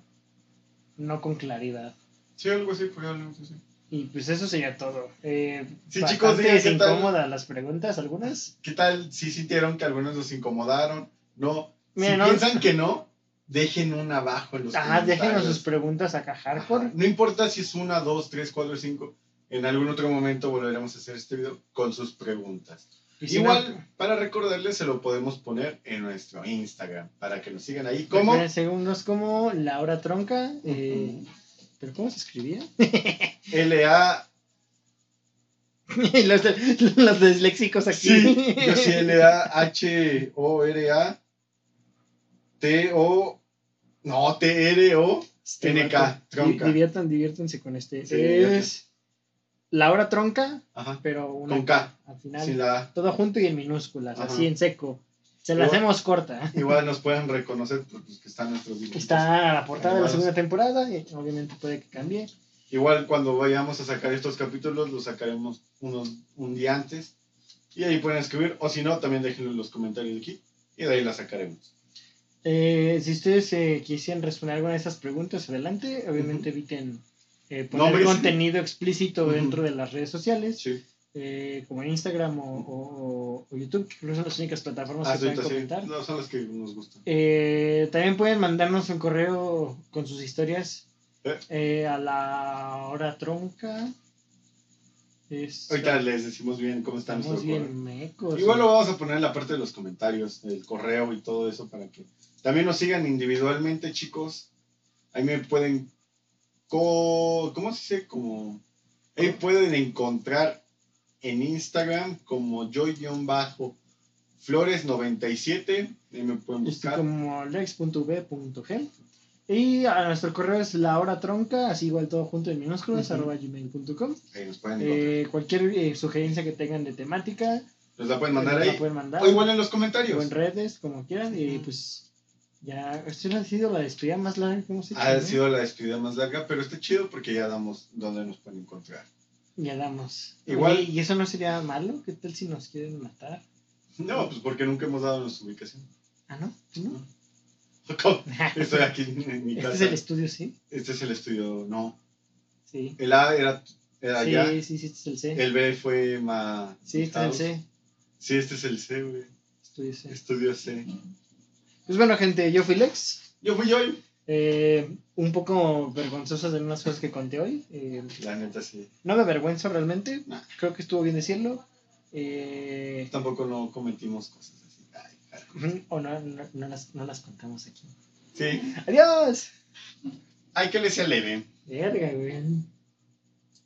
no con claridad. Sí, algo así fue algo así. Y pues eso sería todo. Eh, Sí, bastante chicos, digan qué tal. incómodas las preguntas, algunas. ¿Qué tal si sintieron que algunos los incomodaron? No. Mira, si no- piensan que no, dejen un abajo en los Ajá, déjenos sus comentarios. preguntas acá hardcore. Ajá. No importa si es una, dos, tres, cuatro, cinco. En algún otro momento volveremos a hacer este video con sus preguntas. Y si Igual, no, para recordarles, se lo podemos poner en nuestro Instagram para que nos sigan ahí. ¿cómo? ¿Cómo? Según nos como Laura Tronca. eh, Ujú. ¿Pero cómo se [LAUGHS] escribía? LA. los, de- los desléxicos aquí. [LAUGHS] Sí, yo [LAUGHS] sí, L-A-H-O-R-A. T-O. No, T-R-O. Este TNK, vato. Tronca. Di- Diviertan, diviértanse con este. Sí, es Laura Tronca, Ajá. pero una Con K. al final. Sin la A. todo junto y en minúsculas, Ajá. así en seco. Se la Igual- hacemos corta. ¿eh? Igual nos pueden reconocer porque pues, que están nuestros dibujitos. Está la portada de la Animados. segunda temporada, y obviamente puede que cambie. Igual cuando vayamos a sacar estos capítulos, los sacaremos unos, un día antes. Y ahí pueden escribir. O si no, también déjenlo en los comentarios de aquí. Y de ahí la sacaremos. Eh, si ustedes eh, quisieran responder alguna de estas preguntas, adelante. Obviamente eviten eh, poner Nombres. contenido explícito Ujú. dentro de las redes sociales, Sí. eh, como en Instagram o, o- o YouTube, que creo que son las únicas plataformas que pueden Ahorita Ah, sí. comentar. No, son las que nos gustan. Eh, también pueden mandarnos un correo con sus historias Eh. eh, a la hora tronca. Es- Ahorita les decimos bien cómo está Estamos nuestro correo. bien mecos. eh. Igual lo vamos a poner en la parte de los comentarios, el correo y todo eso para que también nos sigan individualmente, chicos. Ahí me pueden co- ¿cómo se dice? Como ahí pueden encontrar en Instagram como joy-flores97, ahí me pueden Este, buscar. como lex.v.g. Y a nuestro correo es la hora tronca, así igual todo junto en minúsculas, Ujú. arroba gmail.com. Ahí nos pueden encontrar. Eh, cualquier eh, sugerencia que tengan de temática, pues, Nos la pueden nos mandar la ahí pueden mandar. o igual en los o comentarios. en redes, como quieran. Y Ujú. pues ya, esta ha sido la despedida más larga que hemos hecho. Ha ¿no? sido la despedida más larga, pero está chido porque ya damos donde nos pueden encontrar. Ya damos. Igual- Oye, ¿Y eso no sería malo? ¿Qué tal si nos quieren matar? No, pues porque nunca hemos dado nuestra ubicación. [LAUGHS] Ah, no, ¿Tú no? ¿Cómo? Estoy aquí en [LAUGHS] mi este casa. Este es el estudio, sí. estudio, no. Sí. El A era, era sí, allá, sí, sí, este es el C. el B fue ma... sí, este es el house. C. Sí, este es el C, güey. Estudio C. Estudio C. Pues bueno, gente, yo fui Lex. Yo fui hoy. Eh, un poco vergonzoso de unas cosas que conté hoy. Eh, La neta, sí. no me avergüenzo realmente. Nah. Creo que estuvo bien decirlo. Eh, Tampoco no cometimos cosas así. Ay, Ujú, O no, no, no las, no las contamos aquí. Sí, ¡Adiós! Hay que le sea leve. Verga, güey.